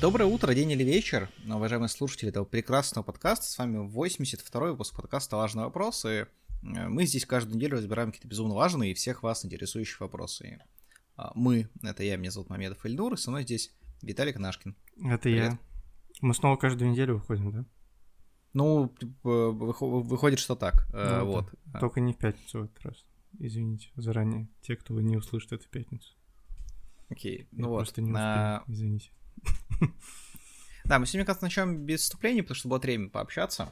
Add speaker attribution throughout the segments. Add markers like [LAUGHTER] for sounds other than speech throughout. Speaker 1: Доброе утро, день или вечер, уважаемые слушатели этого прекрасного подкаста. С вами 82-й выпуск подкаста «Важные вопросы». Э, Мы здесь каждую неделю разбираем какие-то безумно важные и всех вас интересующие вопросы. А, Мы, это я, меня зовут Мамедов Эльнур, и со мной здесь Виталик Нашкин.
Speaker 2: Это
Speaker 1: Привет.
Speaker 2: я. Мы снова каждую неделю выходим, да?
Speaker 1: Ну, типа, выхо- выходит, что так. Э,
Speaker 2: Да,
Speaker 1: вот.
Speaker 2: Ну, Только не в пятницу в этот раз. Извините заранее, те, кто не услышит это в пятницу.
Speaker 1: Окей.
Speaker 2: Я
Speaker 1: Ну вот.
Speaker 2: просто не успел,
Speaker 1: На-
Speaker 2: извините.
Speaker 1: Да, мы сегодня, кажется, начнем без вступлений, потому что было время пообщаться.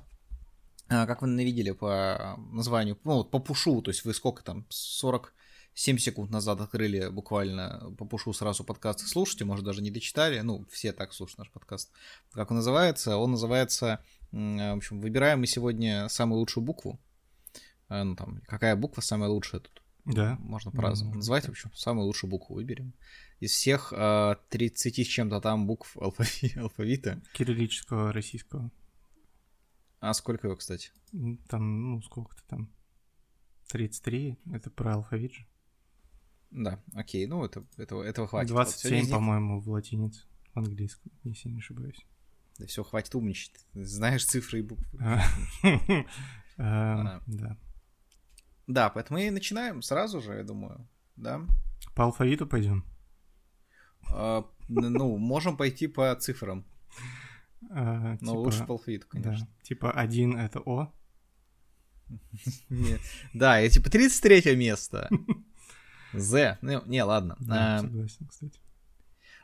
Speaker 1: А, Как вы навидели по названию, ну, вот по пушу, то есть вы сколько там, 47 секунд назад открыли буквально по пушу сразу подкаст и слушайте, может, даже не дочитали, ну, все так слушают наш подкаст. Как он называется? Он называется, м, э, в общем, выбираем мы сегодня самую лучшую букву. А, Ну, там, какая буква самая лучшая тут?
Speaker 2: Да.
Speaker 1: Можно
Speaker 2: Да,
Speaker 1: по-разному
Speaker 2: можно
Speaker 1: называть, в
Speaker 2: так.
Speaker 1: общем, самую лучшую букву выберем. Из всех э, 30 с чем-то там букв алфави- алфавита.
Speaker 2: Кириллического, российского.
Speaker 1: А сколько его, кстати?
Speaker 2: Ну, Там, ну, сколько-то там. 33, это про алфавит же.
Speaker 1: Да, окей, ну это, этого, этого хватит. Вот,
Speaker 2: 27,
Speaker 1: сегодня из них-
Speaker 2: по-моему, в латинице, в английском, если я не
Speaker 1: [LAUGHS]
Speaker 2: ошибаюсь.
Speaker 1: Да все, хватит умничать. Ты Знаешь цифры и буквы.
Speaker 2: А, эм,
Speaker 1: Ага.
Speaker 2: Да.
Speaker 1: Да, поэтому и начинаем сразу же, я думаю. Да.
Speaker 2: По алфавиту пойдем.
Speaker 1: А, н- ну, можем пойти по цифрам.
Speaker 2: Но
Speaker 1: Но Ну, лучше по алфавиту, конечно.
Speaker 2: Э, Типа 1 это О,
Speaker 1: Не- Да, и типа 33 место. З. Ну, не, ладно.
Speaker 2: Да, типа.
Speaker 1: А,
Speaker 2: согласен, кстати.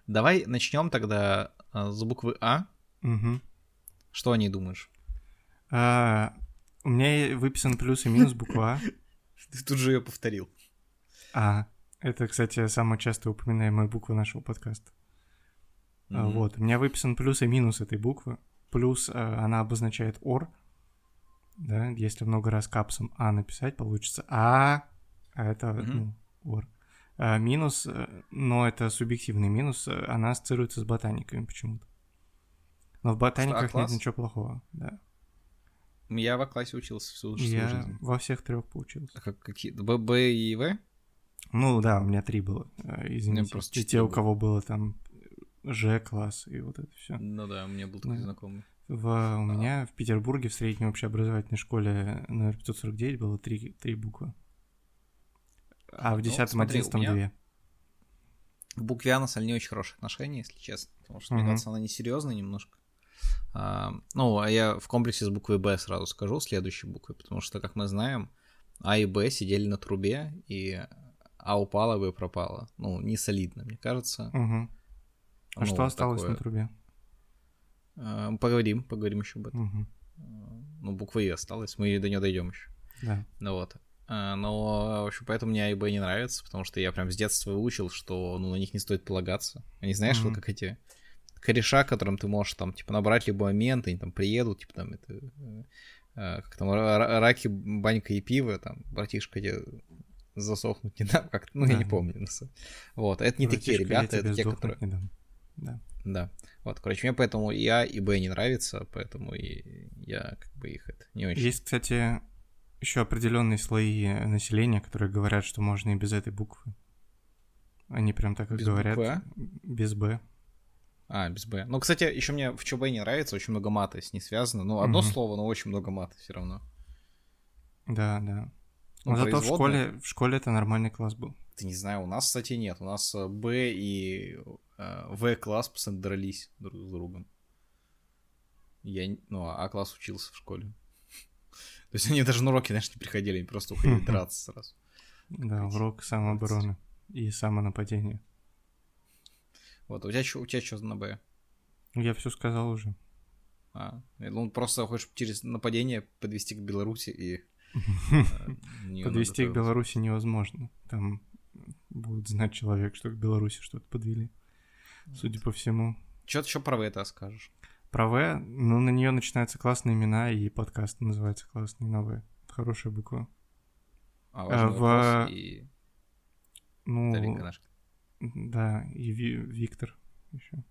Speaker 1: Давай начнем тогда а, с буквы А.
Speaker 2: Мгм.
Speaker 1: Что о ней думаешь?
Speaker 2: А, У меня и выписан плюс и минус [LAUGHS] буква
Speaker 1: Ты тут же ее повторил.
Speaker 2: А. А. Это, кстати, самая часто упоминаемая буква нашего подкаста. А, Вот. У меня выписан плюс и минус этой буквы. Плюс а, она обозначает ор. Да, если много раз капсом А написать, получится А. А это
Speaker 1: Мгм.
Speaker 2: ну, ор. А, минус, э, но это субъективный минус, э, она ассоциируется с ботаниками почему-то. Но в ботаниках нет
Speaker 1: класс?
Speaker 2: ничего плохого, да.
Speaker 1: Мгм. Я в А-классе учился всю свою
Speaker 2: Я
Speaker 1: жизнь.
Speaker 2: во всех трех получился.
Speaker 1: А Как, какие? Б, Б и В?
Speaker 2: Ну да, у меня три было, э, извините.
Speaker 1: просто
Speaker 2: Те-
Speaker 1: четыре
Speaker 2: Те, у
Speaker 1: было.
Speaker 2: кого было там Ж-класс и вот это все.
Speaker 1: Ну да, у меня был такой
Speaker 2: Да.
Speaker 1: знакомый.
Speaker 2: В, у меня в Петербурге в средней общеобразовательной школе э, номер 549 было три, три буквы. А в
Speaker 1: Ну,
Speaker 2: 10
Speaker 1: смотри, у
Speaker 2: 11
Speaker 1: меня-
Speaker 2: две.
Speaker 1: К букве А на самом деле не очень хорошие отношения, если честно. Потому что, мне
Speaker 2: Мгм.
Speaker 1: кажется, она несерьезная немножко. А, ну, а я в комплексе с буквой Б сразу скажу, следующей буквой, потому что, как мы знаем, А и Б сидели на трубе, и А упала, Б пропала. Ну, не солидно, мне кажется.
Speaker 2: Мгм. А
Speaker 1: Ну,
Speaker 2: что осталось
Speaker 1: такое.
Speaker 2: на трубе?
Speaker 1: А, Поговорим, поговорим еще об этом.
Speaker 2: Мгм.
Speaker 1: Ну, буква И осталась, мы до нее дойдем еще.
Speaker 2: Да.
Speaker 1: Ну вот. А, Но, в общем, поэтому мне АИБ не нравится, потому что я прям с детства выучил, что ну, на них не стоит полагаться. Они знаешь, вот
Speaker 2: Мгм.
Speaker 1: как эти кореша, которым ты можешь там, типа, набрать любой момент, они там приедут, типа, там, это, э, э, как там, ра- ра- раки, банька и пиво, там, братишка, тебе засохнуть не надо, как ну, я не
Speaker 2: Да.
Speaker 1: помню. на самом- Вот, это не такие
Speaker 2: Братишка, я
Speaker 1: ребята, это
Speaker 2: тебе
Speaker 1: те,
Speaker 2: сдохнуть
Speaker 1: которые...
Speaker 2: не дам. Да.
Speaker 1: Да. Вот, короче, мне поэтому и А, и Б не нравится, поэтому и я как бы их это не очень...
Speaker 2: Есть, кстати, еще определенные слои э, населения, которые говорят, что можно и без этой буквы. Они прям так и
Speaker 1: Без
Speaker 2: говорят.
Speaker 1: буквы А?
Speaker 2: Без Б.
Speaker 1: А, без Б. Ну, кстати, еще мне в ЧБ не нравится, очень много мата с ней связано. Ну, одно
Speaker 2: Мгм.
Speaker 1: слово, но очень много мата все равно.
Speaker 2: Да, да.
Speaker 1: Ну,
Speaker 2: Но зато в
Speaker 1: производная.
Speaker 2: школе, в школе это нормальный класс был.
Speaker 1: Ты не знаю, у нас, кстати, нет. У нас э, Б и э, В класс постоянно дрались друг с другом. Я, не- ну, а класс учился в школе. [LAUGHS] То есть они даже на уроки, знаешь, не приходили, они
Speaker 2: [LAUGHS]
Speaker 1: просто уходили драться сразу.
Speaker 2: Да,
Speaker 1: Капец.
Speaker 2: урок самообороны и самонападения.
Speaker 1: Вот, а у тебя что, у тебя что на Б?
Speaker 2: Я все сказал уже.
Speaker 1: А, я думал, просто хочешь через нападение подвести к
Speaker 2: [LAUGHS]
Speaker 1: Беларуси и... э, ну,
Speaker 2: Подвести к
Speaker 1: Беларуси.
Speaker 2: Беларуси невозможно. Там будет знать человек, что к Беларуси что-то подвели. Судя по всему.
Speaker 1: Что ты еще про это скажешь?
Speaker 2: Про В, ну, на нее начинаются классные имена, и подкаст называется «Классные новые». Хорошая буква.
Speaker 1: А,
Speaker 2: А,
Speaker 1: важный
Speaker 2: в-
Speaker 1: вопрос и
Speaker 2: Ну,
Speaker 1: Даринка наш.
Speaker 2: да, и Ви- Виктор еще.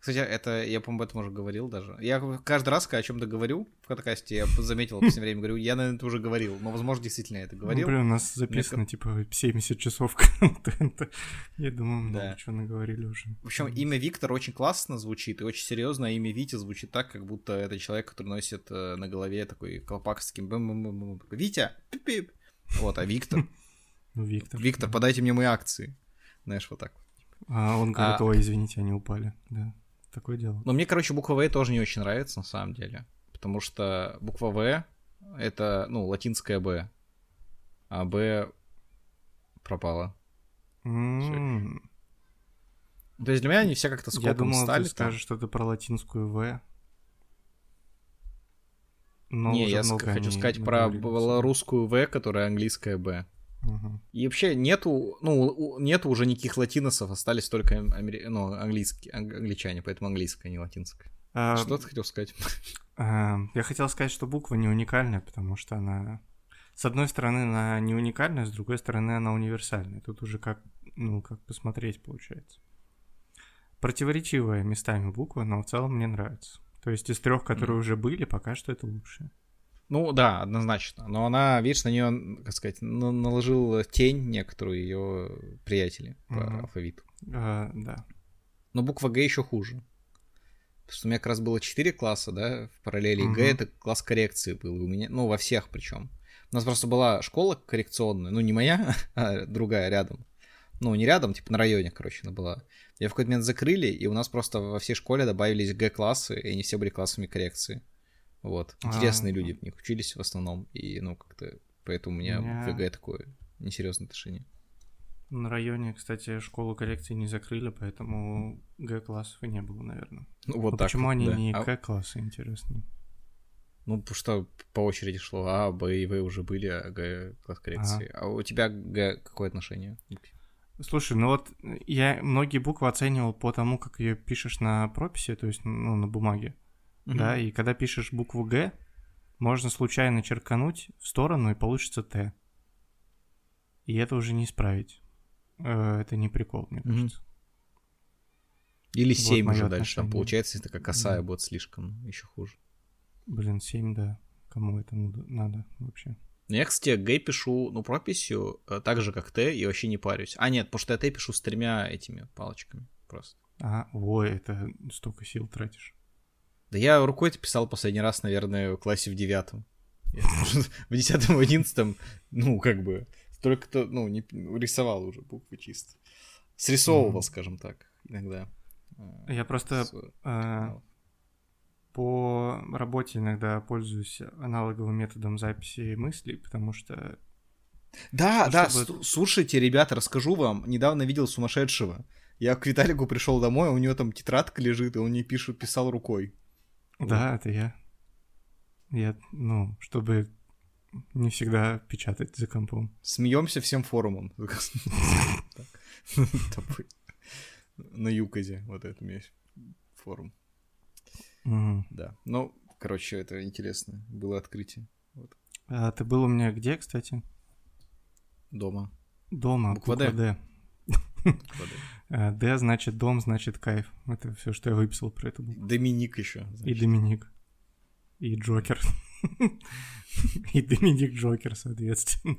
Speaker 1: Кстати, это я, по-моему, об этом уже говорил даже. Я каждый раз, когда о чем-то говорю в подкасте, я заметил в последнее время, говорю, я, наверное, это уже говорил, но, возможно, действительно я это говорил.
Speaker 2: Ну, блин, у нас записано, типа, 70 часов [LAUGHS] контента. Я думаю, много да. чего наговорили уже.
Speaker 1: В общем, имя Виктор очень классно звучит и очень серьезно, а имя Витя звучит так, как будто это человек, который носит э, на голове такой колпак с таким... Витя! Пип-пип! Вот,
Speaker 2: [LAUGHS]
Speaker 1: а Виктор...
Speaker 2: Ну, Виктор.
Speaker 1: Виктор, подайте мне мои акции. Знаешь, вот так.
Speaker 2: А он говорит, ой, извините, они упали. Да, такое дело.
Speaker 1: Но мне, короче, буква В тоже не очень нравится, на самом деле. Потому что буква В — это, ну, латинская Б. А Б пропала.
Speaker 2: М-м-м.
Speaker 1: То есть для меня они все как-то скопом
Speaker 2: Я думал,
Speaker 1: стали.
Speaker 2: ты скажешь что-то про латинскую В. ну,
Speaker 1: Но не, я ск- хочу сказать про белорусскую В, которая английская Б.
Speaker 2: Угу.
Speaker 1: И вообще нету, ну, нету уже никаких латиносов, остались только амери... ну, английские, англичане, поэтому английская, не латинская. А... Что ты хотел сказать?
Speaker 2: А, я хотел сказать, что буква не уникальная, потому что она, с одной стороны, она не уникальная, с другой стороны, она универсальная. Тут уже как, ну, как посмотреть получается. Противоречивая местами буква, но в целом мне нравится. То есть из трех, которые mm. уже были, пока что это лучшее.
Speaker 1: Ну да, однозначно. Но она, видишь, на нее, как сказать, наложил тень некоторую ее приятели по
Speaker 2: Мгм.
Speaker 1: алфавиту.
Speaker 2: А, да.
Speaker 1: Но буква Г еще хуже. Потому что у меня как раз было 4 класса, да, в параллели.
Speaker 2: Мгм.
Speaker 1: Г это класс коррекции был у меня, ну, во всех причем. У нас просто была школа коррекционная, ну, не моя, [LAUGHS] а другая рядом. Ну, не рядом, типа на районе, короче, она была. Ее в какой-то момент закрыли, и у нас просто во всей школе добавились Г-классы, и они все были классами коррекции. Вот. Интересные
Speaker 2: А.
Speaker 1: люди в них учились в основном, и, ну, как-то... Поэтому у меня
Speaker 2: Меня-
Speaker 1: в ГГ такое несерьезное отношение.
Speaker 2: На районе, кстати, школу коррекции не закрыли, поэтому Г-классов и не было, наверное.
Speaker 1: Ну, вот
Speaker 2: Но
Speaker 1: так
Speaker 2: почему
Speaker 1: вот,
Speaker 2: они
Speaker 1: да.
Speaker 2: не
Speaker 1: А-
Speaker 2: К-классы, интересно?
Speaker 1: Ну, потому что по очереди шло А, Б и В уже были, а Г класс коррекции. А у тебя Г какое отношение?
Speaker 2: Слушай, ну вот я многие буквы оценивал по тому, как ее пишешь на прописи, то есть ну, на бумаге, да, и когда пишешь букву Г, можно случайно черкануть в сторону и получится Т. И это уже не исправить. Э, Это не прикол, мне
Speaker 1: Мгм.
Speaker 2: кажется.
Speaker 1: Или
Speaker 2: вот
Speaker 1: 7
Speaker 2: моё
Speaker 1: уже дальше. Там
Speaker 2: отношение.
Speaker 1: получается, если такая косая
Speaker 2: Да.
Speaker 1: будет слишком, еще хуже.
Speaker 2: Блин, 7, да. Кому это надо- надо вообще?
Speaker 1: Но я, кстати, Г пишу, ну, прописью, э, так же, как Т, и вообще не парюсь. А, нет, потому что я Т пишу с тремя этими палочками просто.
Speaker 2: А, ой, это столько сил тратишь.
Speaker 1: Да я рукой это писал последний раз, наверное, в классе в девятом. Я тоже [LAUGHS] В десятом, в одиннадцатом, ну, как бы, только-то, ну, не рисовал уже буквы чисто. Срисовывал,
Speaker 2: Мгм.
Speaker 1: скажем так, иногда. Э,
Speaker 2: Я просто
Speaker 1: с-
Speaker 2: э, по работе иногда пользуюсь аналоговым методом записи мыслей, потому что
Speaker 1: Да,
Speaker 2: Ну,
Speaker 1: да,
Speaker 2: чтобы-
Speaker 1: с- слушайте, ребята, расскажу вам. Недавно видел сумасшедшего. Я к Виталику пришел домой, а у него там тетрадка лежит, и он не пишет, писал рукой.
Speaker 2: Да, это я. Я, ну, чтобы не всегда печатать за компом.
Speaker 1: Смеемся всем форумом. [LAUGHS] Так. [LAUGHS] Такой. На Юказе вот это у меня есть форум.
Speaker 2: Мгм.
Speaker 1: Да. Ну, короче, это интересно. Было открытие
Speaker 2: А ты был у меня где, кстати?
Speaker 1: дома.
Speaker 2: Дома.
Speaker 1: Буква «Д».
Speaker 2: «Д». А, «Д» значит дом, значит кайф. Это все, что я выписал про эту букву.
Speaker 1: Доминик еще.
Speaker 2: И Доминик. И Джокер. [LAUGHS] И Доминик Джокер, соответственно.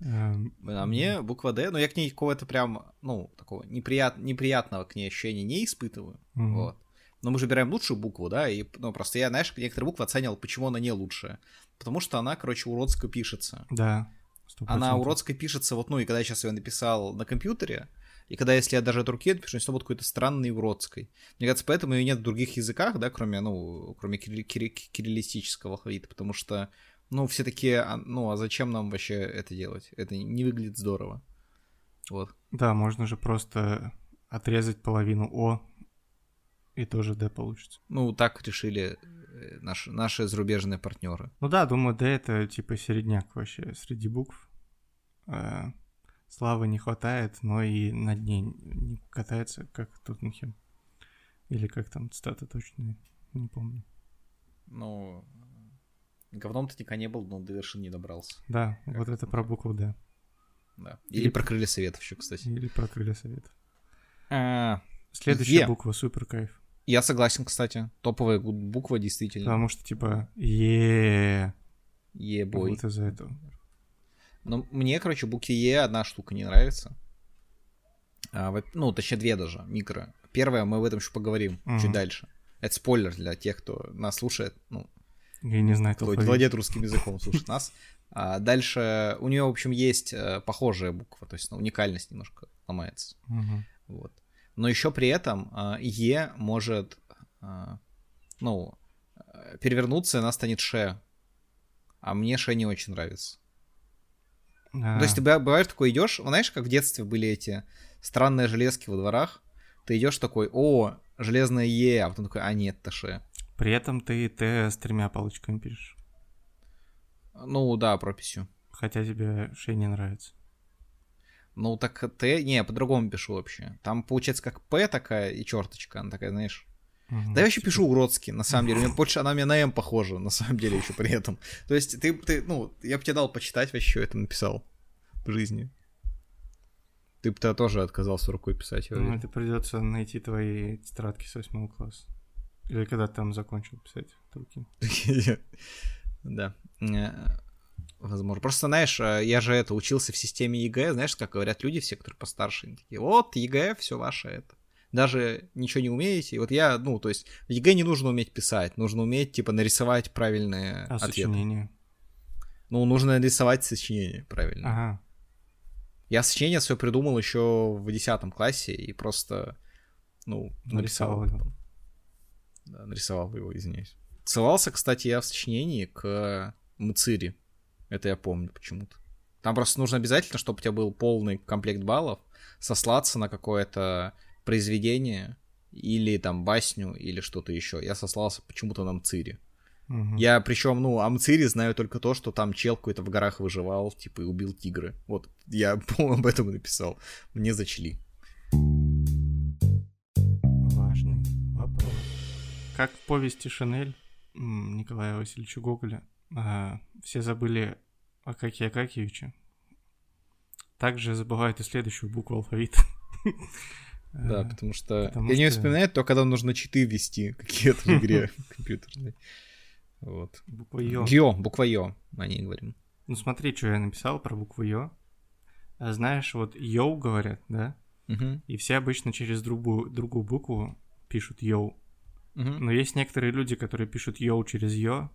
Speaker 2: Эм,
Speaker 1: А мне буква Д, но я к ней какого-то прям, ну, такого неприят... неприятного к ней ощущения не испытываю.
Speaker 2: мгм.
Speaker 1: Вот. Но мы же выбираем лучшую букву, да, и, ну, просто я, знаешь, некоторые буквы оценивал, почему она не лучшая. Потому что она, короче, уродско пишется.
Speaker 2: Да. сто
Speaker 1: Она
Speaker 2: процентов.
Speaker 1: уродско пишется, вот, ну, и когда я сейчас ее написал на компьютере, и когда, если я даже от руки напишу, она будет какой-то странной и уродской. Мне кажется, поэтому ее нет в других языках, да, кроме, ну, кроме кирилли- кири- кириллистического алфавита, потому что, ну, все такие, «А, ну, а зачем нам вообще это делать? Это не выглядит здорово. Вот.
Speaker 2: Да, можно же просто отрезать половину О, и тоже «Д» получится.
Speaker 1: Ну, так решили э, наши, наши зарубежные партнеры.
Speaker 2: Ну да, думаю, да, это типа середняк вообще среди букв. Э, Славы не хватает, но и над ней не катается, как Тоттенхем. Или как там цитата точная, не помню.
Speaker 1: Ну, говном ты не был, но до вершин не добрался.
Speaker 2: Да,
Speaker 1: Как
Speaker 2: вот
Speaker 1: это
Speaker 2: это про букву «Д».
Speaker 1: Да. Или про крылья советов еще, кстати.
Speaker 2: Или про крылья совет.
Speaker 1: А,
Speaker 2: Следующая
Speaker 1: Е.
Speaker 2: буква — супер кайф.
Speaker 1: Я согласен, кстати. Топовая гу- буква действительно.
Speaker 2: Потому что, типа, е
Speaker 1: Ебой.
Speaker 2: вот из-за этого.
Speaker 1: Но мне, короче, букве Е одна штука не нравится. А, во- ну, точнее, две даже, микро. Первая, мы об этом еще поговорим
Speaker 2: Мгм.
Speaker 1: чуть дальше. Это спойлер для тех, кто нас слушает, ну,
Speaker 2: Я не знаю,
Speaker 1: кто
Speaker 2: кто
Speaker 1: владеет русским языком, слушает нас. А дальше у нее, в общем, есть э, похожая буква, то есть она уникальность немножко ломается. Вот. Но еще при этом а, Е может, а, ну, э, перевернуться, и она станет Ше. А мне Ше не очень нравится.
Speaker 2: А.
Speaker 1: Ну, То есть ты быва- бывает такой идешь, знаешь, как в детстве были эти странные железки во дворах, ты идешь такой, о, железное Е, а потом такой, а нет, это Ше.
Speaker 2: При этом ты Т с тремя палочками пишешь.
Speaker 1: Ну да, прописью.
Speaker 2: Хотя тебе шей не нравится.
Speaker 1: Ну так Т, не, по-другому пишу вообще. Там получается как П такая и черточка, она такая, знаешь,
Speaker 2: Мгм.
Speaker 1: Да я вообще пишу уродски, на самом деле. Мне больше она мне на М похожа, на самом деле, еще при этом. То есть ты, ты ну, я бы тебе дал почитать вообще, это написал в жизни. Ты бы тогда тоже отказался рукой писать, я
Speaker 2: Ну,
Speaker 1: уверен.
Speaker 2: это придется найти твои тетрадки с восьмого класса. Или когда ты там закончил писать от руки.
Speaker 1: [LAUGHS] Да. Э, Возможно. Просто, знаешь, э, я же это учился в системе ЕГЭ, знаешь, как говорят люди все, которые постарше, они такие, вот, ЕГЭ, все ваше это. Даже ничего не умеете. И вот я, ну, то есть в ЕГЭ не нужно уметь писать, нужно уметь, типа, нарисовать правильные
Speaker 2: А
Speaker 1: ответы.
Speaker 2: сочинение?
Speaker 1: Ну, нужно рисовать сочинение, правильно.
Speaker 2: Ага.
Speaker 1: Я сочинение свое придумал еще в 10 классе и просто, ну, нарисовал.
Speaker 2: Нарисовал
Speaker 1: его
Speaker 2: его.
Speaker 1: потом. Да, нарисовал его, извиняюсь. Ссылался, кстати, я в сочинении к Мцири. Это я помню почему-то. Там просто нужно обязательно, чтобы у тебя был полный комплект баллов, сослаться на какое-то произведение или там басню или что-то еще. Я сослался почему-то на Мцири.
Speaker 2: Мгм.
Speaker 1: Я причем, ну, о Мцири знаю только то, что там чел какой-то в горах выживал, типа, и убил тигры. Вот, я, [LAUGHS] по об этом и написал. Мне зачли.
Speaker 2: Важный вопрос. Как в повести «Шинель» м, Николая Васильевича Гоголя а, все забыли Акакия Акакевича, также забывают и следующую букву алфавита.
Speaker 1: [LAUGHS] Да,
Speaker 2: А,
Speaker 1: потому что
Speaker 2: потому
Speaker 1: я не
Speaker 2: что-
Speaker 1: вспоминаю то, когда нужно читы ввести [LAUGHS] какие-то в
Speaker 2: [LAUGHS]
Speaker 1: игре компьютерной. Вот.
Speaker 2: Буква «Ё».
Speaker 1: Йо, буква Йо, о ней говорим.
Speaker 2: Ну смотри, что я написал про букву «Ё». А Знаешь, вот «Йоу» говорят, да?
Speaker 1: Мгм,
Speaker 2: И все обычно через другую, другую букву пишут «Йоу».
Speaker 1: мгм.
Speaker 2: Но есть некоторые люди, которые пишут «Йоу» через «Ё»,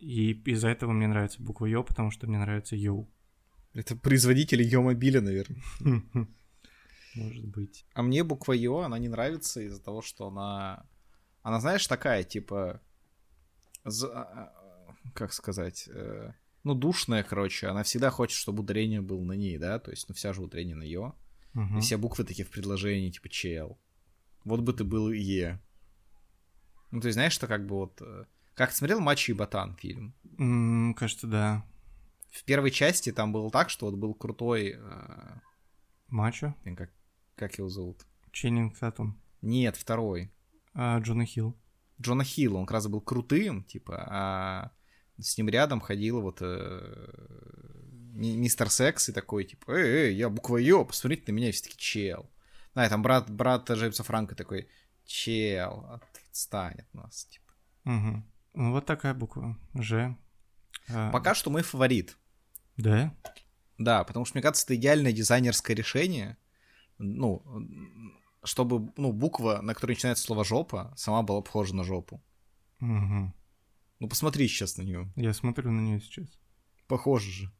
Speaker 2: и из-за этого мне нравится буква «Ё», потому что мне нравится «Йоу».
Speaker 1: Это производители Йо мобиля, наверное.
Speaker 2: [LAUGHS] Может быть.
Speaker 1: А мне буква Йо, она не нравится из-за того, что она... Она, знаешь, такая, типа... за- Как сказать? э, Ну, душная, короче. Она всегда хочет, чтобы ударение было на ней, да? То есть, ну, вся же ударение на Йо. И все буквы такие в предложении, типа чел. Вот бы ты был Е. Ну, то есть, знаешь, что как бы вот... э, Как ты смотрел «Мачо и Ботан» фильм?
Speaker 2: М, Кажется, да.
Speaker 1: В первой части там было так, что вот был крутой... э,
Speaker 2: Мачо,
Speaker 1: блин, Как, как его зовут?
Speaker 2: Ченнинг Татум,
Speaker 1: Нет, второй.
Speaker 2: а, Джона Хилл.
Speaker 1: Джона Хилла, он как раз был крутым, типа, а с ним рядом ходил вот э, ми- мистер Секс и такой, типа, эй, эй, я буква Ё, посмотрите на меня, и все таки чел. Да, и там брат, брат Джеймса Франка такой, чел, отстань от нас, типа.
Speaker 2: Мгм. Ну, вот такая буква. Ж. А,
Speaker 1: Пока что мой фаворит.
Speaker 2: Да?
Speaker 1: Да, потому что, мне кажется, это идеальное дизайнерское решение, ну, м, чтобы, ну, буква, на которой начинается слово «жопа», сама была похожа на жопу.
Speaker 2: Мгм.
Speaker 1: Ну, посмотри сейчас на нее.
Speaker 2: Я смотрю на нее сейчас.
Speaker 1: Похоже же.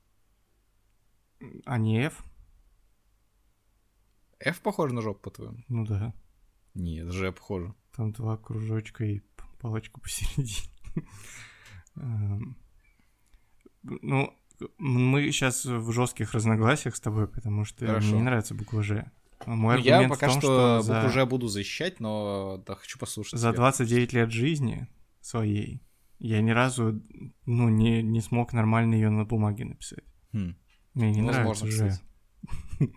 Speaker 2: А не F?
Speaker 1: F похоже на жопу, по-твоему?
Speaker 2: Ну да.
Speaker 1: Нет, же похоже.
Speaker 2: Там два кружочка и п- палочка посередине. [LAUGHS] Эм. Ну, мы сейчас в жестких разногласиях с тобой, потому что
Speaker 1: Хорошо.
Speaker 2: мне не нравится буква Ж. Мой
Speaker 1: Ну, я
Speaker 2: аргумент в
Speaker 1: пока
Speaker 2: том,
Speaker 1: что,
Speaker 2: за-
Speaker 1: букву «Ж» буду защищать, но да, хочу послушать.
Speaker 2: за
Speaker 1: тебя.
Speaker 2: 29 лет жизни своей я ни разу, ну, не, не смог нормально ее на бумаге написать.
Speaker 1: Хм,
Speaker 2: Мне не
Speaker 1: Возможно,
Speaker 2: нравится
Speaker 1: кстати.
Speaker 2: «Ж». [LAUGHS]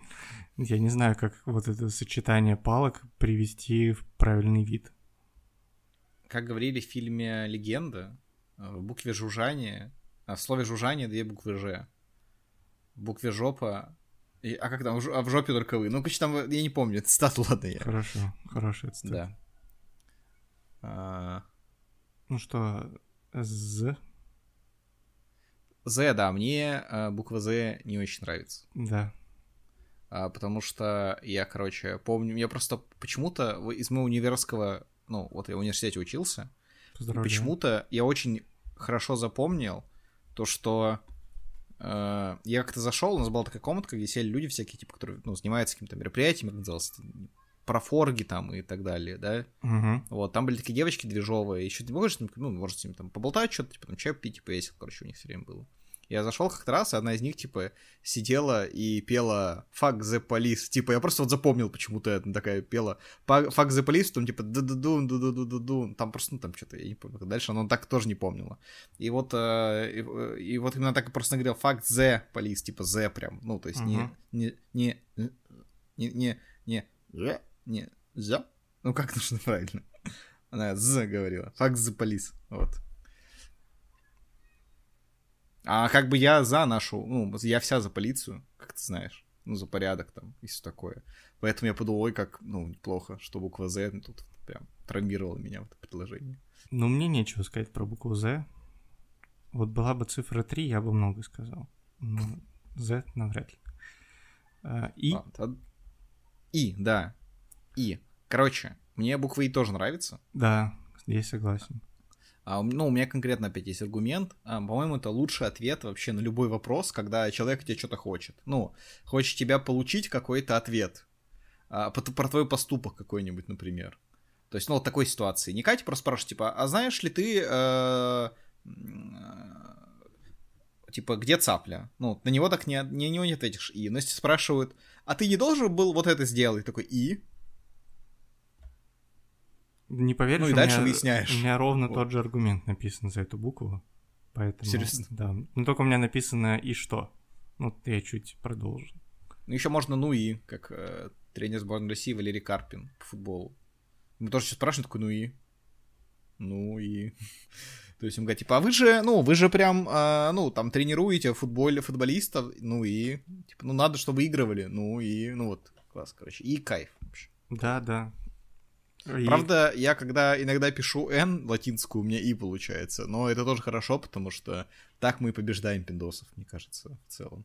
Speaker 2: Я не знаю, как вот это сочетание палок привести в правильный вид.
Speaker 1: Как говорили в фильме «Легенда», э, в букве «жужжание», а в слове «жужжание» две буквы «Ж». В букве «жопа» и- а как [LAUGHS] там? в жо- А в жопе только вы. Ну, короче, там, э, я не помню, цитату, ладно, я.
Speaker 2: Хорошо, хорошая цитата.
Speaker 1: Да. А,
Speaker 2: Ну что, З,
Speaker 1: З, да, мне а, буква З не очень нравится.
Speaker 2: да.
Speaker 1: А, потому что я, короче, помню, я просто почему-то в- из моего универского, ну, вот я в университете учился, и
Speaker 2: Поздравляю.
Speaker 1: почему-то я очень хорошо запомнил то, что э, я как-то зашел, у нас была такая комнатка, где сели люди всякие, типа, которые, ну, занимаются какими-то мероприятиями, как называлось, профорги там и так далее, да,
Speaker 2: Мгм.
Speaker 1: вот, там были такие девочки движовые, еще ты можешь, с ним, ну, может, с ним там поболтать что-то, типа, там чай пить, типа, весело, короче, у них все время было. Я зашел как-то раз, и одна из них, типа, сидела и пела «Fuck the police». Типа, я просто вот запомнил почему-то, это, она такая пела «Па- «Fuck the police», там, типа, ду ду дун ду ду ду ду дун Там просто, ну, там что-то, я не помню. как Дальше она так тоже не помнила. И вот, э, и, э, и вот именно так и просто говорил «Fuck the police», типа «the» прям. Ну, то есть не,
Speaker 2: Мгм.
Speaker 1: не, не, не, не, не, «the», не, «the». Ну, как нужно правильно? Она «з» говорила. Факт за полис. Вот. А как бы я за нашу, ну, я вся за полицию, как ты знаешь. Ну, за порядок там и все такое. Поэтому я подумал, ой, как, ну, неплохо, что буква «З» тут прям травмировала меня в это предложение.
Speaker 2: Ну, мне нечего сказать про букву З. Вот была бы цифра 3, я бы много сказал. Ну, З навряд ли. А, И,
Speaker 1: Ладно, тогда- И, да. И. Короче, мне буква И тоже нравится.
Speaker 2: да, здесь согласен.
Speaker 1: А, у м- ну, у меня конкретно опять есть аргумент. А, по-моему, это лучший ответ вообще на любой вопрос, когда человек тебе что-то хочет. Ну, хочет тебя получить какой-то ответ. А, пот- про твой поступок какой-нибудь, например. То есть, ну, вот такой ситуации. Не Катя просто спрашивает, типа, а знаешь ли ты, э, м, э, типа, где цапля? Ну, на него так не, от- не, не, не ответишь. И, но если спрашивают, а ты не должен был вот это сделать? Такой, и?
Speaker 2: Не поверишь,
Speaker 1: Ну и
Speaker 2: у
Speaker 1: дальше
Speaker 2: меня-
Speaker 1: выясняешь.
Speaker 2: У меня ровно
Speaker 1: Вот.
Speaker 2: тот же аргумент написан за эту букву. Поэтому,
Speaker 1: Серьёзно?
Speaker 2: Да. Ну, только у меня написано «и что». Ну, Вот я чуть продолжу.
Speaker 1: Ну, еще можно, ну и, как э, тренер сборной России Валерий Карпин по футболу. Мы тоже сейчас спрашиваем, такой, ну и? Ну и? [LAUGHS] То есть, он говорит, типа, а вы же, ну, вы же прям, э, ну, там, тренируете футболе, футболистов, ну и? Типа, ну, надо, чтобы выигрывали, ну и? Ну, вот, класс, короче. И кайф вообще.
Speaker 2: Да, да. И-
Speaker 1: Правда, я когда иногда пишу «Н» латинскую, у меня «И» получается, но это тоже хорошо, потому что так мы и побеждаем пиндосов, мне кажется, в целом.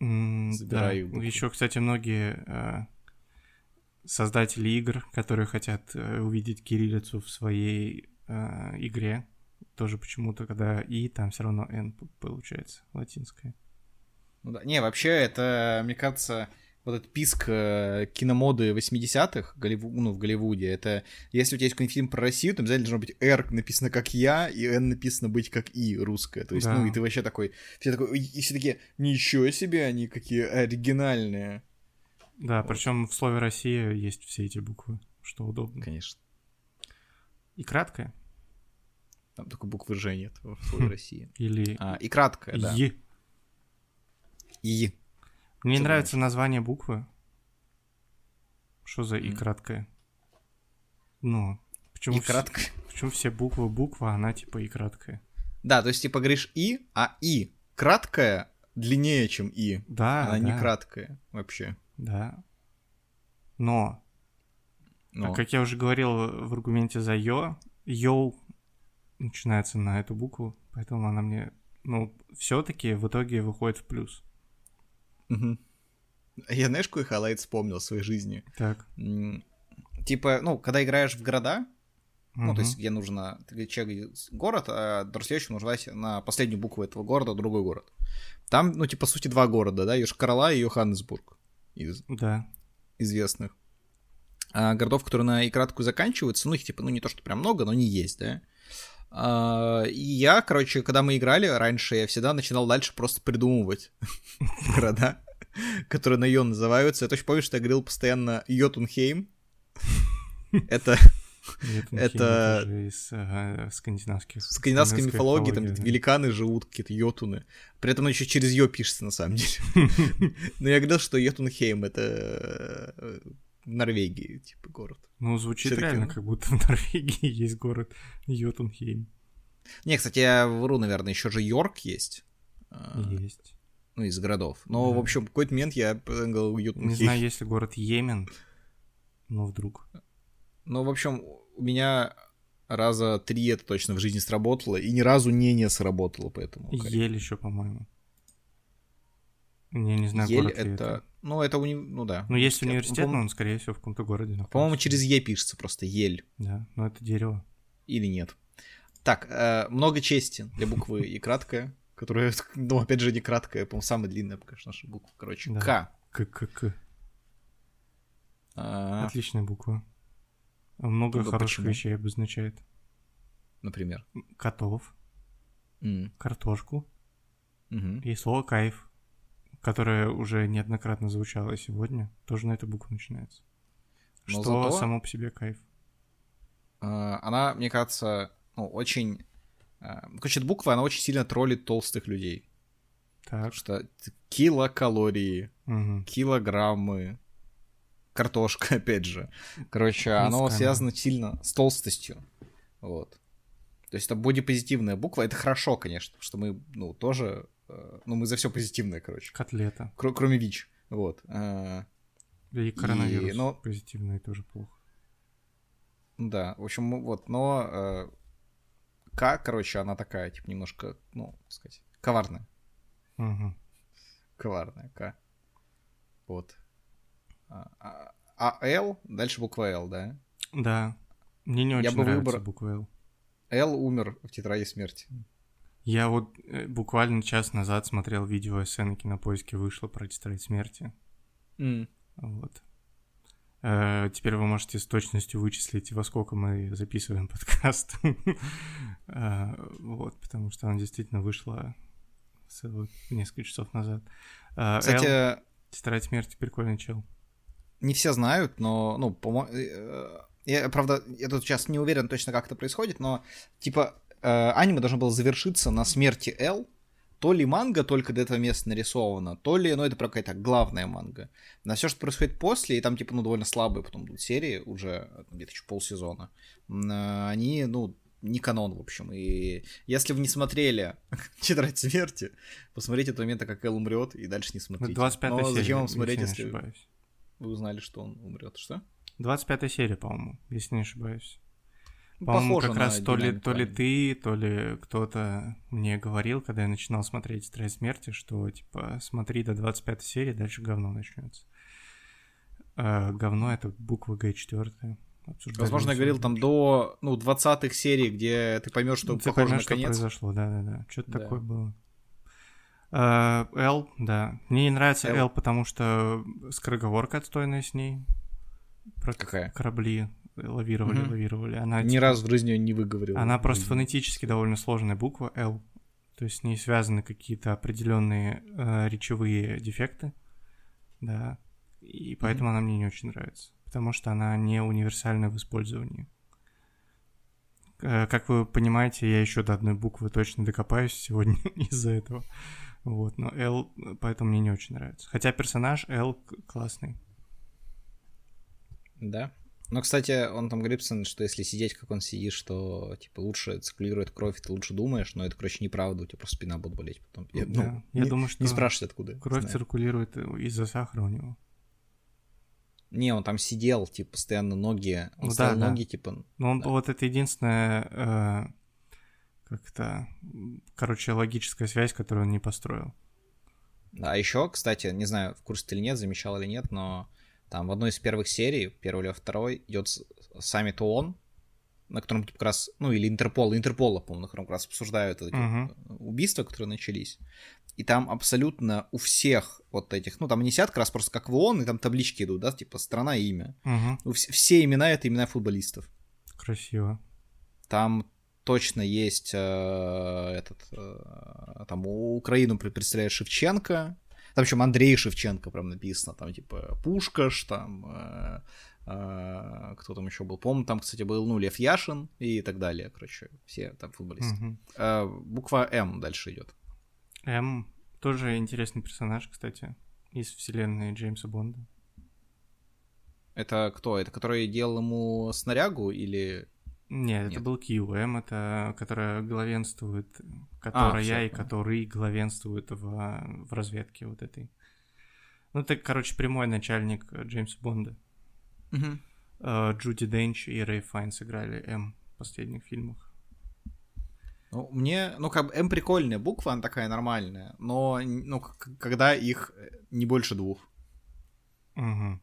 Speaker 2: М,
Speaker 1: Забираю их
Speaker 2: да.
Speaker 1: буквы.
Speaker 2: Еще, кстати, многие э, создатели игр, которые хотят э, увидеть кириллицу в своей э, игре, тоже почему-то, когда и там все равно n п- получается латинское.
Speaker 1: Ну да. Не, вообще, это, мне кажется, вот этот писк э, киномоды 80-х Голливу- ну, в Голливуде, это если у тебя есть какой-нибудь фильм про Россию, там обязательно должно быть R написано как я, и N написано быть как И русское. То есть,
Speaker 2: Да.
Speaker 1: ну, и ты вообще такой, все такой, «Ой», и все такие, ничего себе, они какие оригинальные.
Speaker 2: Да,
Speaker 1: Вот.
Speaker 2: причем в слове Россия есть все эти буквы, что удобно.
Speaker 1: Конечно.
Speaker 2: И краткое,
Speaker 1: Там только буквы Ж нет в
Speaker 2: [LAUGHS]
Speaker 1: слове России.
Speaker 2: или
Speaker 1: А, и краткое, да.
Speaker 2: и.
Speaker 1: И.
Speaker 2: Мне
Speaker 1: Что
Speaker 2: нравится название буквы. Что за и
Speaker 1: М.
Speaker 2: краткое? Ну, почему,
Speaker 1: И
Speaker 2: вс-
Speaker 1: краткое.
Speaker 2: почему все буквы буква, а она типа и краткая?
Speaker 1: Да, то есть, типа, говоришь И, а И краткое длиннее, чем И.
Speaker 2: Да,
Speaker 1: Она
Speaker 2: А, да,
Speaker 1: не краткая вообще.
Speaker 2: Да. Но,
Speaker 1: Но.
Speaker 2: как я уже говорил в аргументе за йо, йоу начинается на эту букву, поэтому она мне, ну, все-таки в итоге выходит в плюс.
Speaker 1: Мгм. А Я знаешь, какой хайлайт вспомнил в своей жизни?
Speaker 2: Так.
Speaker 1: М, Типа, ну, когда играешь в города, ну,
Speaker 2: мгм.
Speaker 1: то есть, где нужно, где человек из- город, а до следующего нужно дать на последнюю букву этого города другой город. Там, ну, типа, по сути, два города, да, Йошкар-Ола и Йоханнесбург из
Speaker 2: Да.
Speaker 1: известных. А городов, которые на и краткую заканчиваются, ну, их, типа, ну, не то, что прям много, но они есть, да. А, И я, короче, когда мы играли раньше, я всегда начинал дальше просто придумывать [LAUGHS] города, которые на Йо называются. Я точно помню, что я говорил постоянно Йотунхейм. Это
Speaker 2: Летунхейм,
Speaker 1: это-
Speaker 2: же из э, скандинавских.
Speaker 1: в скандинавской
Speaker 2: скандинавской
Speaker 1: мифологии, там
Speaker 2: да.
Speaker 1: какие-то великаны живут, какие-то йотуны. При этом еще через Йо пишется, на самом деле. Но я говорил, что Йотунхейм — это э, в Норвегии, типа, город.
Speaker 2: Ну, звучит
Speaker 1: всё-таки
Speaker 2: реально,
Speaker 1: он-
Speaker 2: как будто в Норвегии [LAUGHS] есть город Йотунхейм.
Speaker 1: Не, кстати, я вру, наверное, еще же Йорк есть. а,
Speaker 2: Есть.
Speaker 1: Ну, из городов. Но,
Speaker 2: Да.
Speaker 1: в общем, в какой-то момент я э, говорил
Speaker 2: Не
Speaker 1: Йотунхейм.
Speaker 2: знаю, есть ли город Йемен, но вдруг.
Speaker 1: Ну, в общем, у меня раза три это точно в жизни сработало, и ни разу не не сработало, поэтому. окей.
Speaker 2: Ель еще, по-моему. Я не знаю,
Speaker 1: Ель
Speaker 2: город ли
Speaker 1: это... Ну, это уни... Ну да.
Speaker 2: Ну, есть университет, но
Speaker 1: По-моему,
Speaker 2: он, скорее всего, в каком-то городе находится.
Speaker 1: по-моему, через Е пишется просто ель
Speaker 2: Да, но это дерево.
Speaker 1: или нет. Так, э, много чести для буквы и краткая, которая, [LAUGHS] ну, опять же, не краткая, по-моему, самая длинная пока что наша буква. Короче,
Speaker 2: Да.
Speaker 1: К.
Speaker 2: ККК.
Speaker 1: А,
Speaker 2: Отличная буква. Много
Speaker 1: Ну,
Speaker 2: хороших
Speaker 1: почему?
Speaker 2: вещей обозначает.
Speaker 1: Например.
Speaker 2: Котов,
Speaker 1: М,
Speaker 2: картошку
Speaker 1: мгм.
Speaker 2: и слово «кайф», которое уже неоднократно звучало сегодня, тоже на эту букву начинается.
Speaker 1: Но
Speaker 2: Что
Speaker 1: зато-
Speaker 2: само по себе кайф.
Speaker 1: А, она, мне кажется, ну, очень... а, Короче, эта буква, она очень сильно троллит толстых людей.
Speaker 2: Так.
Speaker 1: Потому что т- килокалории,
Speaker 2: мгм.
Speaker 1: килограммы, картошка, [LAUGHS] опять же. Короче, оно
Speaker 2: Мусками.
Speaker 1: связано сильно с толстостью. Вот. То есть это бодипозитивная буква. Это хорошо, конечно, потому что мы, ну, тоже... э, Ну, мы за все позитивное, короче.
Speaker 2: Котлета.
Speaker 1: Кро- кроме ВИЧ. Вот. А,
Speaker 2: И коронавирус.
Speaker 1: ну-
Speaker 2: Позитивное тоже плохо.
Speaker 1: Да, в общем, вот, но э, К, короче, она такая, типа, немножко, ну, как сказать, коварная.
Speaker 2: Мгм.
Speaker 1: Коварная К. Вот. А, а- а Л, дальше буква Л, да?
Speaker 2: Да. Мне не
Speaker 1: Я
Speaker 2: очень
Speaker 1: бы
Speaker 2: нравится
Speaker 1: выбрал-
Speaker 2: буква «Л».
Speaker 1: Л умер в тетради смерти.
Speaker 2: Я вот э, буквально час назад смотрел видео СН на Кинопоиске вышло про тетрадь смерти. Вот. Э, Теперь вы можете с точностью вычислить, во сколько мы записываем подкаст. [LAUGHS] Э, Вот, потому что она действительно вышла целых несколько часов назад. Э,
Speaker 1: Кстати,
Speaker 2: Эл, Тетрадь смерти, прикольный чел.
Speaker 1: не все знают, но, ну, по Я, правда, я тут сейчас не уверен точно, как это происходит, но, типа, э, аниме должно было завершиться на смерти Л. То ли манга только до этого места нарисована, то ли, ну, это про какая-то главная манга. На все, что происходит после, и там, типа, ну, довольно слабые потом идут серии, уже ну, где-то еще полсезона, м, э, они, ну, не канон, в общем. И если вы не смотрели [LAUGHS] «Тетрадь смерти», посмотрите до момента, как Эл умрет, и дальше не
Speaker 2: Ну, Это
Speaker 1: смотрите.
Speaker 2: 25
Speaker 1: Но
Speaker 2: серия,
Speaker 1: ну, зачем вам
Speaker 2: если
Speaker 1: смотреть,
Speaker 2: не
Speaker 1: если
Speaker 2: ошибаюсь.
Speaker 1: вы узнали, что он умрет? Что?
Speaker 2: 25 серия, по-моему, если не ошибаюсь.
Speaker 1: Ну,
Speaker 2: По-моему,
Speaker 1: похоже
Speaker 2: как
Speaker 1: на
Speaker 2: раз то ли,
Speaker 1: динамик
Speaker 2: то ли
Speaker 1: времени.
Speaker 2: ты, то ли кто-то мне говорил, когда я начинал смотреть «Тетрадь смерти», что, типа, смотри до 25 серии, дальше говно начнется. Э, говно — это буква Г4.
Speaker 1: Возможно, я говорил там до ну, 20-х серий, где ты поймешь, что
Speaker 2: Ты
Speaker 1: похоже
Speaker 2: поймёшь,
Speaker 1: на
Speaker 2: Ну, типа, что
Speaker 1: конец.
Speaker 2: произошло, да-да-да. Что-то
Speaker 1: Да.
Speaker 2: такое было. Э, Л, да. Мне не нравится
Speaker 1: Л.
Speaker 2: Л, потому что скороговорка отстойная с ней. Про
Speaker 1: Какая?
Speaker 2: корабли лавировали,
Speaker 1: Мгм.
Speaker 2: лавировали. Она,
Speaker 1: Ни
Speaker 2: типа,
Speaker 1: разу в жизни её не выговорил.
Speaker 2: Она просто фонетически довольно сложная буква L. То есть с ней связаны какие-то определенные э, речевые дефекты. Да. И поэтому она мне не очень нравится. Потому что она не универсальна в использовании. Э, Как вы понимаете, я еще до одной буквы точно докопаюсь сегодня [LAUGHS] из-за этого. Вот, но L э, поэтому мне не очень нравится. Хотя персонаж L к- классный.
Speaker 1: Да. Но, кстати, он там говорит, пацан, что если сидеть, как он сидит, что типа лучше циркулирует кровь, ты лучше думаешь, но это, короче, неправда, у тебя просто спина будет болеть потом. Я, ну,
Speaker 2: Да. Я
Speaker 1: не,
Speaker 2: думаю, что
Speaker 1: не спрашивай, откуда.
Speaker 2: кровь
Speaker 1: знаю.
Speaker 2: циркулирует из-за сахара у него.
Speaker 1: Не, он там сидел, типа, постоянно ноги. Он
Speaker 2: Ну
Speaker 1: ставил
Speaker 2: да, да.
Speaker 1: ноги, типа.
Speaker 2: Ну, он-
Speaker 1: Да.
Speaker 2: вот это единственная э, как-то, м, короче, логическая связь, которую он не построил.
Speaker 1: А еще, кстати, не знаю, в курсе ты или нет, замечал или нет, но там в одной из первых серий, первой или во второй, идет с- саммит ООН, на котором типа, как раз, ну или Интерпол, Интерпола, по-моему, на котором как раз обсуждают эти э,
Speaker 2: Мгм.
Speaker 1: убийства, которые начались. И там абсолютно у всех вот этих, ну там они сидят как раз просто как в ООН, и там таблички идут, да, типа страна и имя.
Speaker 2: Мгм.
Speaker 1: Ну, вс- все имена — это имена футболистов.
Speaker 2: Красиво.
Speaker 1: Там точно есть э, этот, э, там у- Украину пре- представляет Шевченко, там причем Андрей Шевченко прям написано, там типа Пушкаш, там э, э, кто там еще был, помню, там, кстати, был, ну, Лев Яшин и так далее, короче, все там футболисты.
Speaker 2: Мгм.
Speaker 1: Э, буква М дальше идет.
Speaker 2: М. Тоже интересный персонаж, кстати, из вселенной Джеймса Бонда.
Speaker 1: Это кто? Это который делал ему снарягу или...
Speaker 2: Нет, это
Speaker 1: Нет.
Speaker 2: был Кью. М это которая главенствует, которая
Speaker 1: А, всё,
Speaker 2: и
Speaker 1: понял.
Speaker 2: который главенствует в, в разведке вот этой. Ну, это, короче, прямой начальник э, Джеймса Бонда. Э, Джуди Денч и Рэй Файн сыграли М в последних фильмах.
Speaker 1: Ну, мне, ну, как бы, М прикольная буква, она такая нормальная, но, ну, к- когда их э, не больше двух.
Speaker 2: Угу.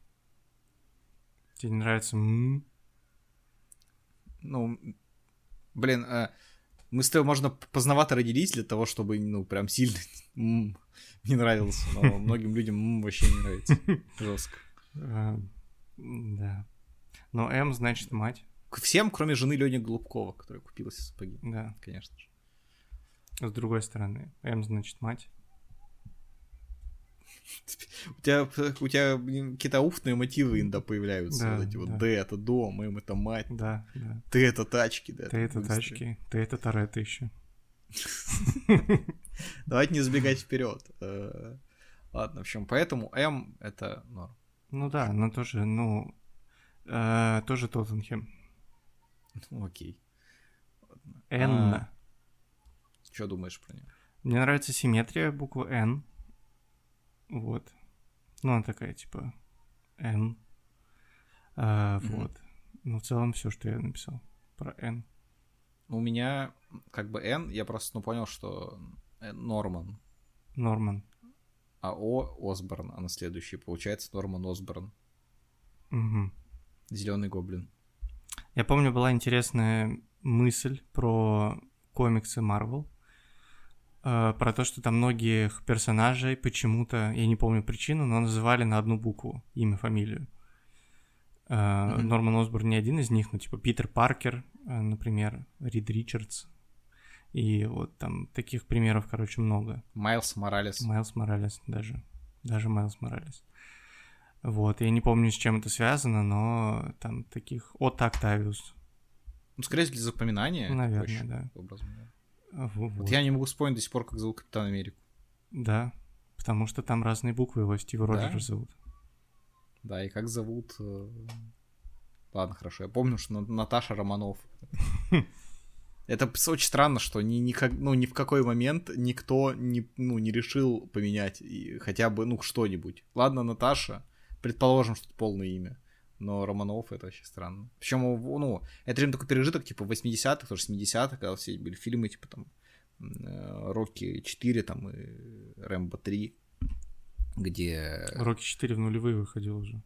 Speaker 2: Тебе не нравится «м»?
Speaker 1: Ну, блин, э, мы с тобой, можно, поздновато родились для того, чтобы, ну, прям сильно [LAUGHS] м, не нравился, но многим людям м вообще не
Speaker 2: [LAUGHS]
Speaker 1: нравится. Жестко.
Speaker 2: Э, Да. Но М значит мать,
Speaker 1: К Всем, кроме жены Лени Голубкова, которая купила себе сапоги,
Speaker 2: да.
Speaker 1: конечно же.
Speaker 2: С другой стороны, М значит мать.
Speaker 1: У тебя, э, у тебя блин, какие-то уфтные мотивы иногда появляются.
Speaker 2: Да,
Speaker 1: вот эти вот
Speaker 2: да.
Speaker 1: Д это дом, М это мать,
Speaker 2: Да, да.
Speaker 1: Т это тачки, да.
Speaker 2: Ты это
Speaker 1: быстро.
Speaker 2: тачки, ты это Торетто еще.
Speaker 1: Давайте
Speaker 2: [LAUGHS]
Speaker 1: не забегать вперед. Э, Ладно, в общем, поэтому М это норм. [LAUGHS]
Speaker 2: Ну да, но тоже, ну, э, тоже Тоттенхем.
Speaker 1: А. Ну, окей.
Speaker 2: Н.
Speaker 1: Что думаешь про него?
Speaker 2: Мне нравится симметрия буквы Н. Вот. Ну, она такая, типа, Н. А,
Speaker 1: Мгм.
Speaker 2: вот. Ну, в целом все, что я написал про Н.
Speaker 1: Ну, У меня как бы Н, я просто ну, понял, что э, Норман,
Speaker 2: Норман.
Speaker 1: а О Осборн, а на следующий получается Норман Осборн,
Speaker 2: Мгм.
Speaker 1: Зеленый Гоблин.
Speaker 2: Я помню, была интересная мысль про комиксы Марвел. э, Про то, что там многих персонажей почему-то, я не помню причину, но называли на одну букву имя, фамилию. Э,
Speaker 1: Мгм.
Speaker 2: Норман Осборн не один из них, но типа Питер Паркер, э, например, Рид Ричардс. И вот там таких примеров, короче, много.
Speaker 1: Майлз Моралес.
Speaker 2: Майлз Моралес даже. Даже Майлз Моралес. Вот, я не помню, с чем это связано, но там таких... От Октавиус,
Speaker 1: Ну, скорее всего, для запоминания.
Speaker 2: наверное,
Speaker 1: проще,
Speaker 2: да.
Speaker 1: образом, да.
Speaker 2: Во-
Speaker 1: Вот
Speaker 2: вот.
Speaker 1: я не могу вспомнить до сих пор, как зовут Капитан Америку.
Speaker 2: Да, потому что там разные буквы его Стива
Speaker 1: Да?
Speaker 2: Роджерс зовут.
Speaker 1: Да, и как зовут... э, Ладно, хорошо. Я помню, что На- Наташа Романов. Это пс- очень странно, что ни, никак- ну, ни в какой момент никто не, ну, не решил поменять и хотя бы ну что-нибудь. Ладно, Наташа, предположим, что это полное имя. Но Романов это очень странно. Причем, ну, это время такой пережиток, типа 80-х, тоже 70-х, когда все были фильмы, типа там э, Рокки 4 там и Рэмбо 3, где...
Speaker 2: Рокки 4 в нулевые выходил уже.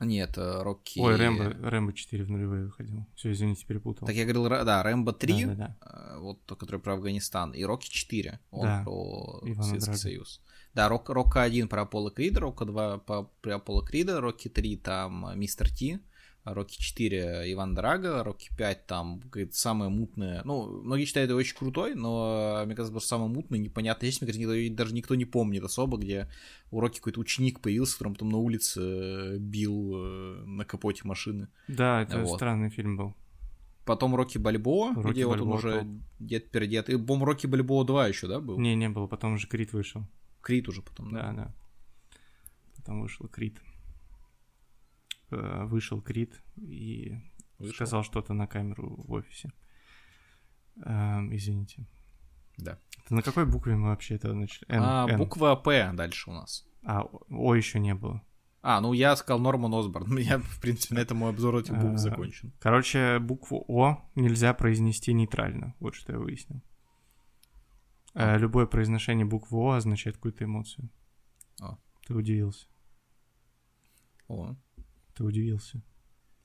Speaker 1: Нет, э, Рокки...
Speaker 2: Ой, Рэмбо, Рэмбо 4 в нулевые выходил. Все, извините, перепутал.
Speaker 1: Так я говорил, Ра- да, Рэмбо 3,
Speaker 2: Да, да,
Speaker 1: э, вот тот, который про Афганистан, и Рокки 4, он
Speaker 2: Да,
Speaker 1: про
Speaker 2: Ивана
Speaker 1: Советский
Speaker 2: Драго.
Speaker 1: Союз. Да, Рок, Рокка 1 про Аполло Крида, Рокка 2 по, про Аполло Крида, Рокки 3 там э, Мистер Ти, Рокки 4 Иван Драго, Рокки 5 там говорит, самое мутное. Ну, многие считают его очень крутой, но э, мне кажется, просто самое мутное, непонятно. Здесь, мне кажется, никто- даже никто не помнит особо, где у Рокки какой-то ученик появился, который потом на улице э, бил э, на капоте машины.
Speaker 2: да. Да, это
Speaker 1: Вот.
Speaker 2: странный фильм был.
Speaker 1: Потом Рокки Бальбоа,
Speaker 2: Рокки
Speaker 1: где вот он
Speaker 2: Бальбоа
Speaker 1: уже
Speaker 2: топ.
Speaker 1: дед передед. И бом Рокки Бальбоа 2 еще, да, был?
Speaker 2: Не, не было, потом уже Крит вышел.
Speaker 1: Крит уже потом,
Speaker 2: Да,
Speaker 1: да.
Speaker 2: да. Потом вышел Крит. Э, Вышел Крит и
Speaker 1: Вышел.
Speaker 2: сказал что-то на камеру в офисе. Эм, извините.
Speaker 1: Да.
Speaker 2: Это на какой букве мы вообще это начали? Н,
Speaker 1: А,
Speaker 2: Н.
Speaker 1: буква П дальше у нас.
Speaker 2: А, О, О еще не было.
Speaker 1: А, ну я сказал Норман Осборн. [LAUGHS] Я, в принципе, на этом мой обзор этих букв
Speaker 2: А.
Speaker 1: закончен.
Speaker 2: Короче, букву О нельзя произнести нейтрально. Вот что я выяснил. Э, любое произношение буквы О означает какую-то эмоцию.
Speaker 1: А.
Speaker 2: Ты удивился.
Speaker 1: О,
Speaker 2: Ты удивился.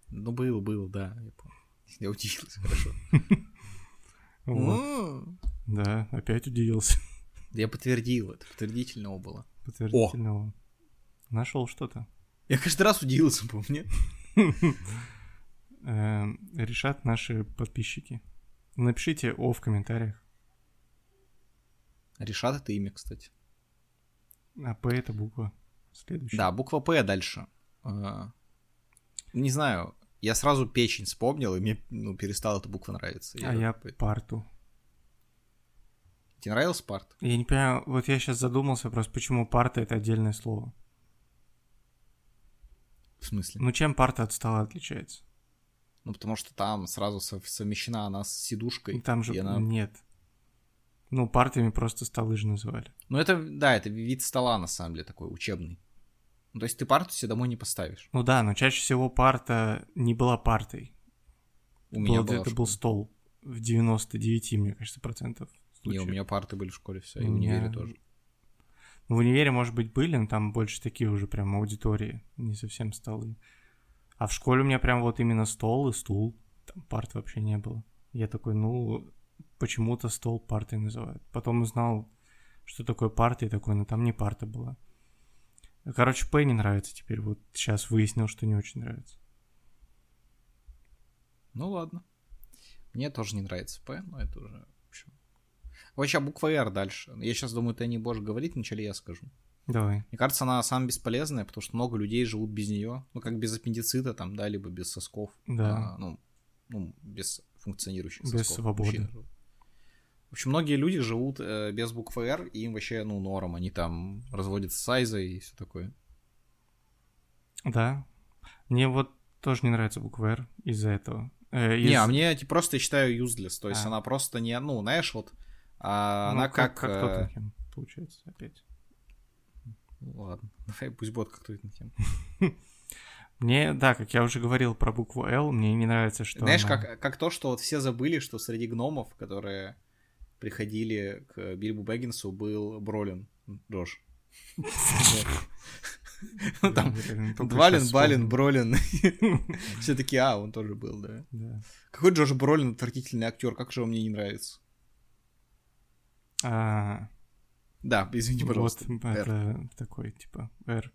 Speaker 1: ну было, было, да. Я, помню. я удивился, [LAUGHS] хорошо.
Speaker 2: Вот.
Speaker 1: М.
Speaker 2: Да, опять удивился. [LAUGHS]
Speaker 1: Я подтвердил это, подтвердительного было.
Speaker 2: Подтвердительного. Нашел что-то.
Speaker 1: Я каждый раз удивился, по мне.
Speaker 2: Эм, решат наши подписчики. Напишите О в комментариях.
Speaker 1: Решат это имя, кстати.
Speaker 2: А П это буква. Следующая.
Speaker 1: Да, буква П дальше. А, Не знаю, я сразу печень вспомнил, и мне ну, перестала эта буква нравиться.
Speaker 2: А я
Speaker 1: Тебе
Speaker 2: парту.
Speaker 1: нравился парт?
Speaker 2: Я не понимаю, вот я сейчас задумался просто, почему парта это отдельное слово.
Speaker 1: В смысле?
Speaker 2: Ну чем парта от стола отличается?
Speaker 1: Ну, потому что там сразу сов- совмещена она с сидушкой.
Speaker 2: Ну, Там же
Speaker 1: и она-
Speaker 2: нет. Ну, партами просто столы же называли.
Speaker 1: Ну, это, да, это вид стола, на самом деле, такой учебный. Ну, то есть ты парту себе домой не поставишь.
Speaker 2: Ну да, но чаще всего парта не была партой.
Speaker 1: У меня была
Speaker 2: это
Speaker 1: в
Speaker 2: был
Speaker 1: школе.
Speaker 2: стол в 99, мне кажется, процентов
Speaker 1: Не,
Speaker 2: случаев.
Speaker 1: у меня парты были в школе все, и
Speaker 2: У
Speaker 1: в универе
Speaker 2: меня-
Speaker 1: тоже.
Speaker 2: В универе, может быть, были, но там больше такие уже прям аудитории, не совсем столы. А в школе у меня прям вот именно стол и стул, там парт вообще не было. Я такой, ну, почему-то стол партой называют. Потом узнал, что такое парта, и такой, ну там не парта была. Короче, П не нравится теперь, вот сейчас выяснил, что не очень нравится.
Speaker 1: Ну ладно. Мне тоже не нравится П, но это уже... в общем. Вообще, буква R дальше. Я сейчас думаю, ты не будешь говорить, вначале я скажу.
Speaker 2: Давай.
Speaker 1: Мне кажется, она самая бесполезная, потому что много людей живут без нее. Ну, как без аппендицита, там, да, либо без сосков.
Speaker 2: Да.
Speaker 1: А, ну, ну, без функционирующих
Speaker 2: Без
Speaker 1: сосков.
Speaker 2: свободы.
Speaker 1: Мужчины живут. В общем, многие люди живут э, без буквы R, и им вообще, ну, норм. Они там разводятся с Айзой и все такое. А.
Speaker 2: Да. Мне вот тоже не нравится буква «Р» из-за этого. Э, из-
Speaker 1: Не, а мне эти просто, я считаю, useless. То есть
Speaker 2: А.
Speaker 1: она просто не, ну, знаешь, вот, а,
Speaker 2: Ну,
Speaker 1: она как...
Speaker 2: как
Speaker 1: э,
Speaker 2: Тоттенхэм, получается, опять.
Speaker 1: ну, ладно, [LAUGHS] давай пусть будет как Тоттенхэм.
Speaker 2: Мне, да, как я уже говорил про букву L, мне не нравится, что
Speaker 1: Знаешь,
Speaker 2: она- [LAUGHS]
Speaker 1: как, как то, что вот все забыли, что среди гномов, которые приходили к Бильбу Бэггинсу, был Бролин, Джош. Ну, [LAUGHS] Там
Speaker 2: Я реально только
Speaker 1: Двалин,
Speaker 2: щас
Speaker 1: Балин,
Speaker 2: вспомнил.
Speaker 1: Бролин. [LAUGHS] Все такие, а, он тоже был, да.
Speaker 2: Да.
Speaker 1: Какой Джош Бролин отвратительный актер, как же он мне не нравится.
Speaker 2: А,
Speaker 1: Да, извини,
Speaker 2: вот
Speaker 1: пожалуйста. R.
Speaker 2: это такой, типа, R.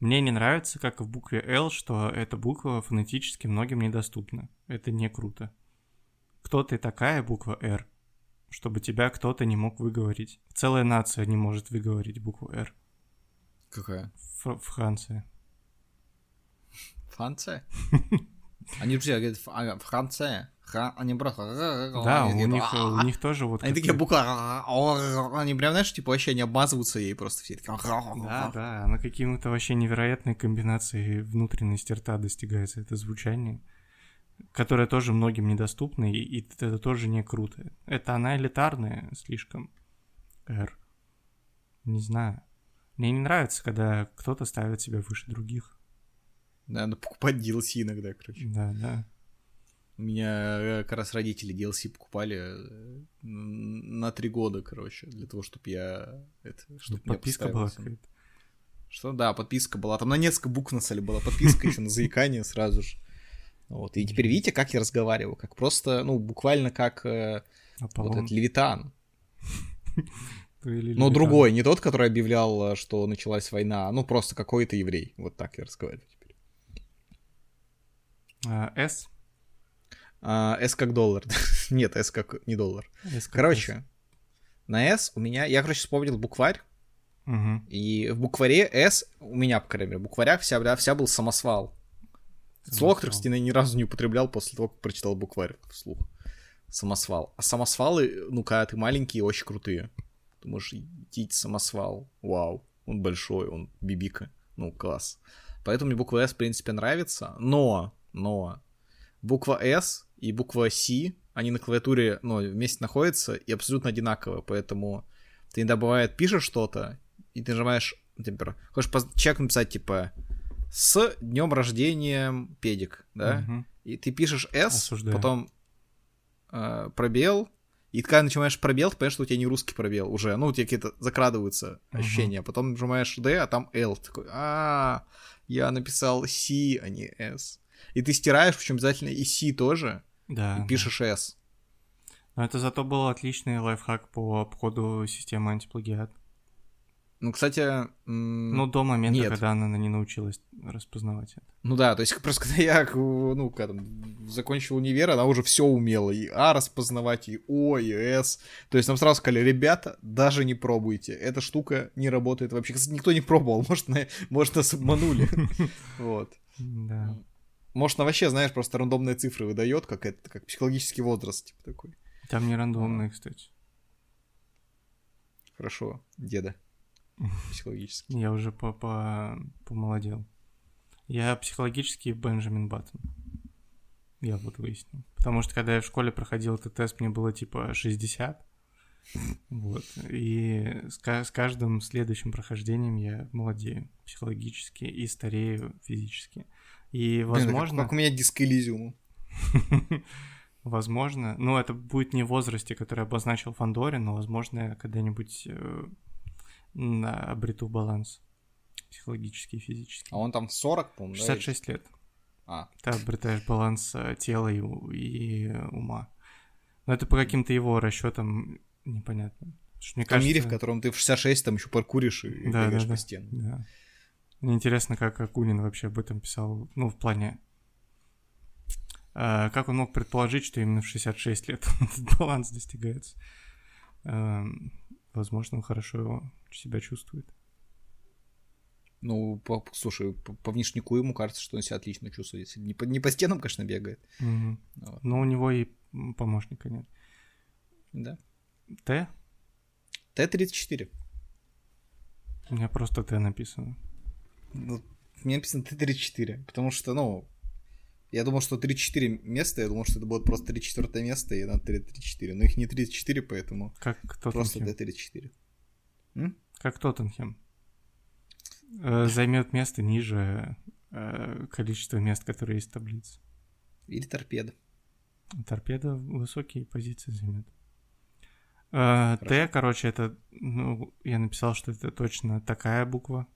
Speaker 2: Мне не нравится, как в букве L, что эта буква фонетически многим недоступна. Это не круто. Кто ты такая, буква R, чтобы тебя кто-то не мог выговорить? Целая нация не может выговорить букву R
Speaker 1: Какая?
Speaker 2: в Франции. [LAUGHS]
Speaker 1: Франция? Они же все говорят, «Ф- а, Франция. Хра- Они просто...
Speaker 2: Да, у
Speaker 1: Они такие,
Speaker 2: них, э, у них тоже вот...
Speaker 1: Они
Speaker 2: как-
Speaker 1: такие буква, они прям, знаешь, типа вообще не обмазываются ей просто все такие. а,
Speaker 2: Да, да, она каким-то вообще невероятной комбинацией внутренности рта достигается это звучание, которое тоже многим недоступно, и, и это тоже не круто. Это она элитарная слишком. Р. Не знаю. Мне не нравится, когда кто-то ставит себя выше других.
Speaker 1: Надо покупать DLC иногда, короче.
Speaker 2: Да, да.
Speaker 1: У меня э, как раз родители DLC покупали э, н- на три года, короче, для того, чтобы я... Это, чтобы меня
Speaker 2: Подписка
Speaker 1: поставила
Speaker 2: была
Speaker 1: всем.
Speaker 2: какая-то.
Speaker 1: Что, да, подписка была. Там на несколько букв на сале была подписка еще на заикание сразу же. Вот, и теперь видите, как я разговариваю, как просто, ну, буквально как э, вот
Speaker 2: Аполлон.
Speaker 1: этот Левитан.
Speaker 2: или
Speaker 1: Но
Speaker 2: Левитан.
Speaker 1: другой, не тот, который объявлял, э, что началась война, ну, просто какой-то еврей. Вот так я разговариваю теперь.
Speaker 2: А, С.
Speaker 1: А, С как доллар. [LAUGHS] Нет, С как не доллар.
Speaker 2: С как
Speaker 1: Короче, на S у меня... Я, короче, вспомнил букварь,
Speaker 2: С. Мгм.
Speaker 1: и в букваре S у меня, по крайней мере, в букварях вся, бля, вся был самосвал. Слово, которое, кстати, я ни разу не употреблял после того, как прочитал букварь вслух. Самосвал. А самосвалы, ну, когда ты маленький, очень крутые. Ты можешь идти самосвал. Вау. Он большой, он бибика. Ну, класс. Поэтому мне буква S, в принципе, нравится. Но, но, буква S и буква C, они на клавиатуре, ну, вместе находятся и абсолютно одинаковые. Поэтому ты иногда бывает пишешь что-то, и ты нажимаешь, ну, типа, например, хочешь поз- человеку написать, типа, с днем рождения педик, да?
Speaker 2: Мгм.
Speaker 1: И ты пишешь S,
Speaker 2: Осуждаю.
Speaker 1: потом э, пробел, и когда начинаешь пробел, ты понимаешь, что у тебя не русский пробел уже. Ну, у тебя какие-то закрадываются
Speaker 2: Мгм.
Speaker 1: ощущения. Потом нажимаешь D, а там L. Ты Такой, а я написал C, а не S. И ты стираешь, причем обязательно и C тоже,
Speaker 2: Да.
Speaker 1: и пишешь S.
Speaker 2: Но это зато был отличный лайфхак по обходу системы антиплагиат.
Speaker 1: Ну, кстати, м,
Speaker 2: Ну, до момента,
Speaker 1: Нет.
Speaker 2: когда она на- не научилась распознавать это.
Speaker 1: Ну да, то есть просто [LAUGHS] когда я, к- ну, когда там закончил универ, она уже все умела, и А распознавать, и О, и С. То есть нам сразу сказали, ребята, даже не пробуйте, эта штука не работает вообще. Кстати, никто не пробовал, [LAUGHS] может, на- может
Speaker 2: [LAUGHS]
Speaker 1: нас обманули. Вот.
Speaker 2: Да.
Speaker 1: Может, она вообще, знаешь, просто рандомные цифры выдает, как это, как психологический возраст, типа такой.
Speaker 2: Там не рандомные, кстати.
Speaker 1: Хорошо, деда. Психологически.
Speaker 2: Я уже по -по помолодел. Я психологически Бенджамин Баттон. Я вот выяснил. Потому что когда я в школе проходил этот тест, мне было типа 60. Вот. И с, ка- с каждым следующим прохождением я молодею психологически и старею физически. И,
Speaker 1: Блин,
Speaker 2: возможно...
Speaker 1: как, как у меня диск Элизиума.
Speaker 2: [LAUGHS] Возможно, ну это будет не в возрасте, который обозначил Фандорин, но возможно я когда-нибудь э, на- обрету баланс психологический и физический.
Speaker 1: А он там в 40, по-моему, да, или-
Speaker 2: 66 лет.
Speaker 1: А,
Speaker 2: Ты обретаешь баланс э, тела и, у- и, э, ума. Но это по каким-то его расчетам непонятно. Потому что мне
Speaker 1: в том мире, в
Speaker 2: кажется-
Speaker 1: котором ты в 66 там еще паркуришь и
Speaker 2: Да,
Speaker 1: бегаешь
Speaker 2: да,
Speaker 1: по
Speaker 2: да.
Speaker 1: стенам.
Speaker 2: Да. Мне интересно, как Акунин вообще об этом писал, ну, в плане... э, как он мог предположить, что именно в 66 лет [LAUGHS] этот баланс достигается? Эм, возможно, он хорошо себя чувствует.
Speaker 1: Ну, по- слушай, по, по внешнику ему кажется, что он себя отлично чувствует. Если Не по, не по стенам, конечно, бегает.
Speaker 2: Мгм.
Speaker 1: Ну Вот.
Speaker 2: Но у него и м, помощника нет.
Speaker 1: Да.
Speaker 2: Т?
Speaker 1: Т-34.
Speaker 2: У меня просто Т написано.
Speaker 1: Ну, мне написано Т-34, потому что, ну, я думал, что 34 места, я думал, что это будет просто 34 место и на 34, но их не 34, поэтому
Speaker 2: Как
Speaker 1: просто
Speaker 2: Тоттенхем.
Speaker 1: Т-34.
Speaker 2: Как Тоттенхем. Э, займет место ниже э, количества мест, которые есть в таблице.
Speaker 1: Или торпеда.
Speaker 2: Торпеда высокие позиции займет. Э, Т, короче, это, ну, я написал, что это точно такая буква.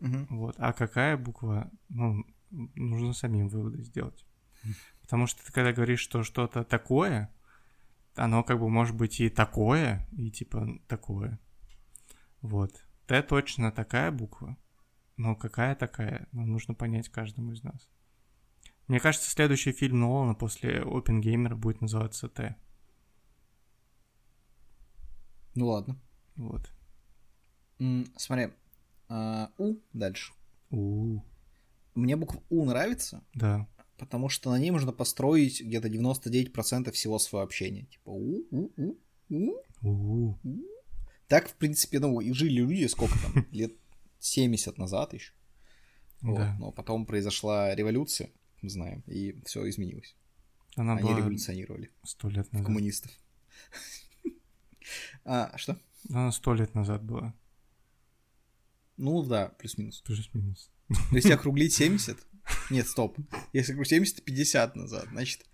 Speaker 1: Мгм.
Speaker 2: Вот. А какая буква, ну, нужно самим выводы сделать. Потому что ты когда говоришь, что что-то такое, оно как бы может быть и такое, и типа такое. Вот. Т точно такая буква, но какая такая, ну, нужно понять каждому из нас. Мне кажется, следующий фильм Нолана после Опенгеймера будет называться Т.
Speaker 1: Ну ладно.
Speaker 2: Вот.
Speaker 1: М, Смотри, а, У дальше.
Speaker 2: у
Speaker 1: Мне буква У нравится,
Speaker 2: Да.
Speaker 1: потому что на ней можно построить где-то 99% всего своего общения. Типа У, У, У, У,
Speaker 2: у
Speaker 1: Так, в принципе, ну, и жили люди сколько там, [LAUGHS] лет 70 назад еще.
Speaker 2: Да.
Speaker 1: Но потом произошла революция, мы знаем, и все изменилось.
Speaker 2: Она
Speaker 1: Они
Speaker 2: была
Speaker 1: революционировали
Speaker 2: сто лет
Speaker 1: в
Speaker 2: назад.
Speaker 1: коммунистов. [LAUGHS] А, что?
Speaker 2: Она сто лет назад была.
Speaker 1: Ну да, плюс-минус.
Speaker 2: Плюс-минус.
Speaker 1: Но Если округлить 70... Нет, стоп. Если округлить 70, 50 назад, значит...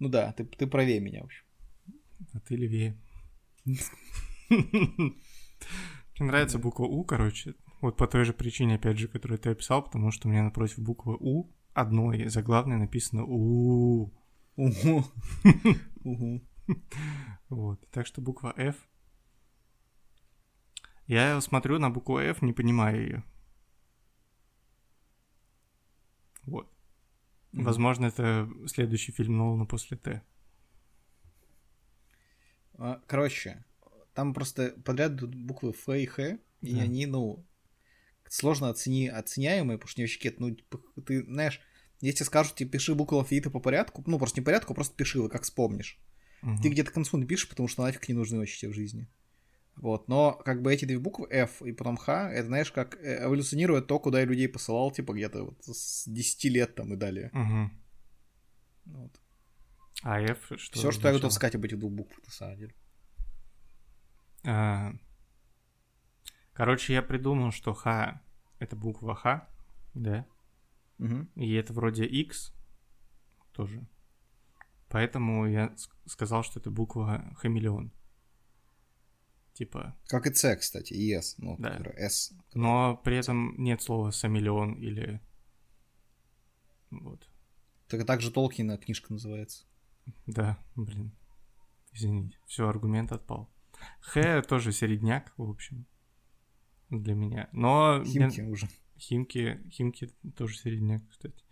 Speaker 1: Ну да, ты, ты правее меня, в общем.
Speaker 2: А ты левее. Мне нравится буква У, короче. Вот по той же причине, опять же, которую ты описал, потому что у меня напротив буквы У одной заглавной написано У.
Speaker 1: Угу. Угу.
Speaker 2: Вот. Так что буква F. Я смотрю на букву F, не понимаю ее. Вот.
Speaker 1: Мгм.
Speaker 2: Возможно, это следующий фильм Нолана после Т.
Speaker 1: А, Короче, там просто подряд идут буквы Ф и Х, и
Speaker 2: Да.
Speaker 1: они, ну, сложно оцени... оценяемые, потому что не вообще какие-то, ну, п- ты знаешь, если скажут тебе, пиши буквы алфавита по порядку, ну, просто не по порядку, а просто пиши, вот как вспомнишь. Ты
Speaker 2: Мгм.
Speaker 1: где-то к концу напишешь, потому что нафиг не нужны вообще тебе в жизни. Вот, но как бы эти две буквы F и потом Х, это, знаешь, как э, эволюционирует то, куда я людей посылал, типа, где-то вот с 10 лет там и далее.
Speaker 2: Мгм.
Speaker 1: Вот.
Speaker 2: А F что?
Speaker 1: Все, что я
Speaker 2: означало?
Speaker 1: готов сказать об этих двух буквах, на самом деле.
Speaker 2: А, Короче, я придумал, что Х это буква Х, да,
Speaker 1: Мгм.
Speaker 2: и это вроде X тоже. Поэтому я с- сказал, что это буква хамелеон. Типа.
Speaker 1: Как и C, кстати, и S. Ну,
Speaker 2: Да.
Speaker 1: которая S.
Speaker 2: Но при этом нет слова самелеон или. Вот.
Speaker 1: Так, так же Толкина книжка называется.
Speaker 2: Да, блин. Извините. Все, аргумент отпал. Х тоже середняк, в общем. Для меня. Но. мне-
Speaker 1: Химки уже.
Speaker 2: Химки, Химки тоже середняк, кстати.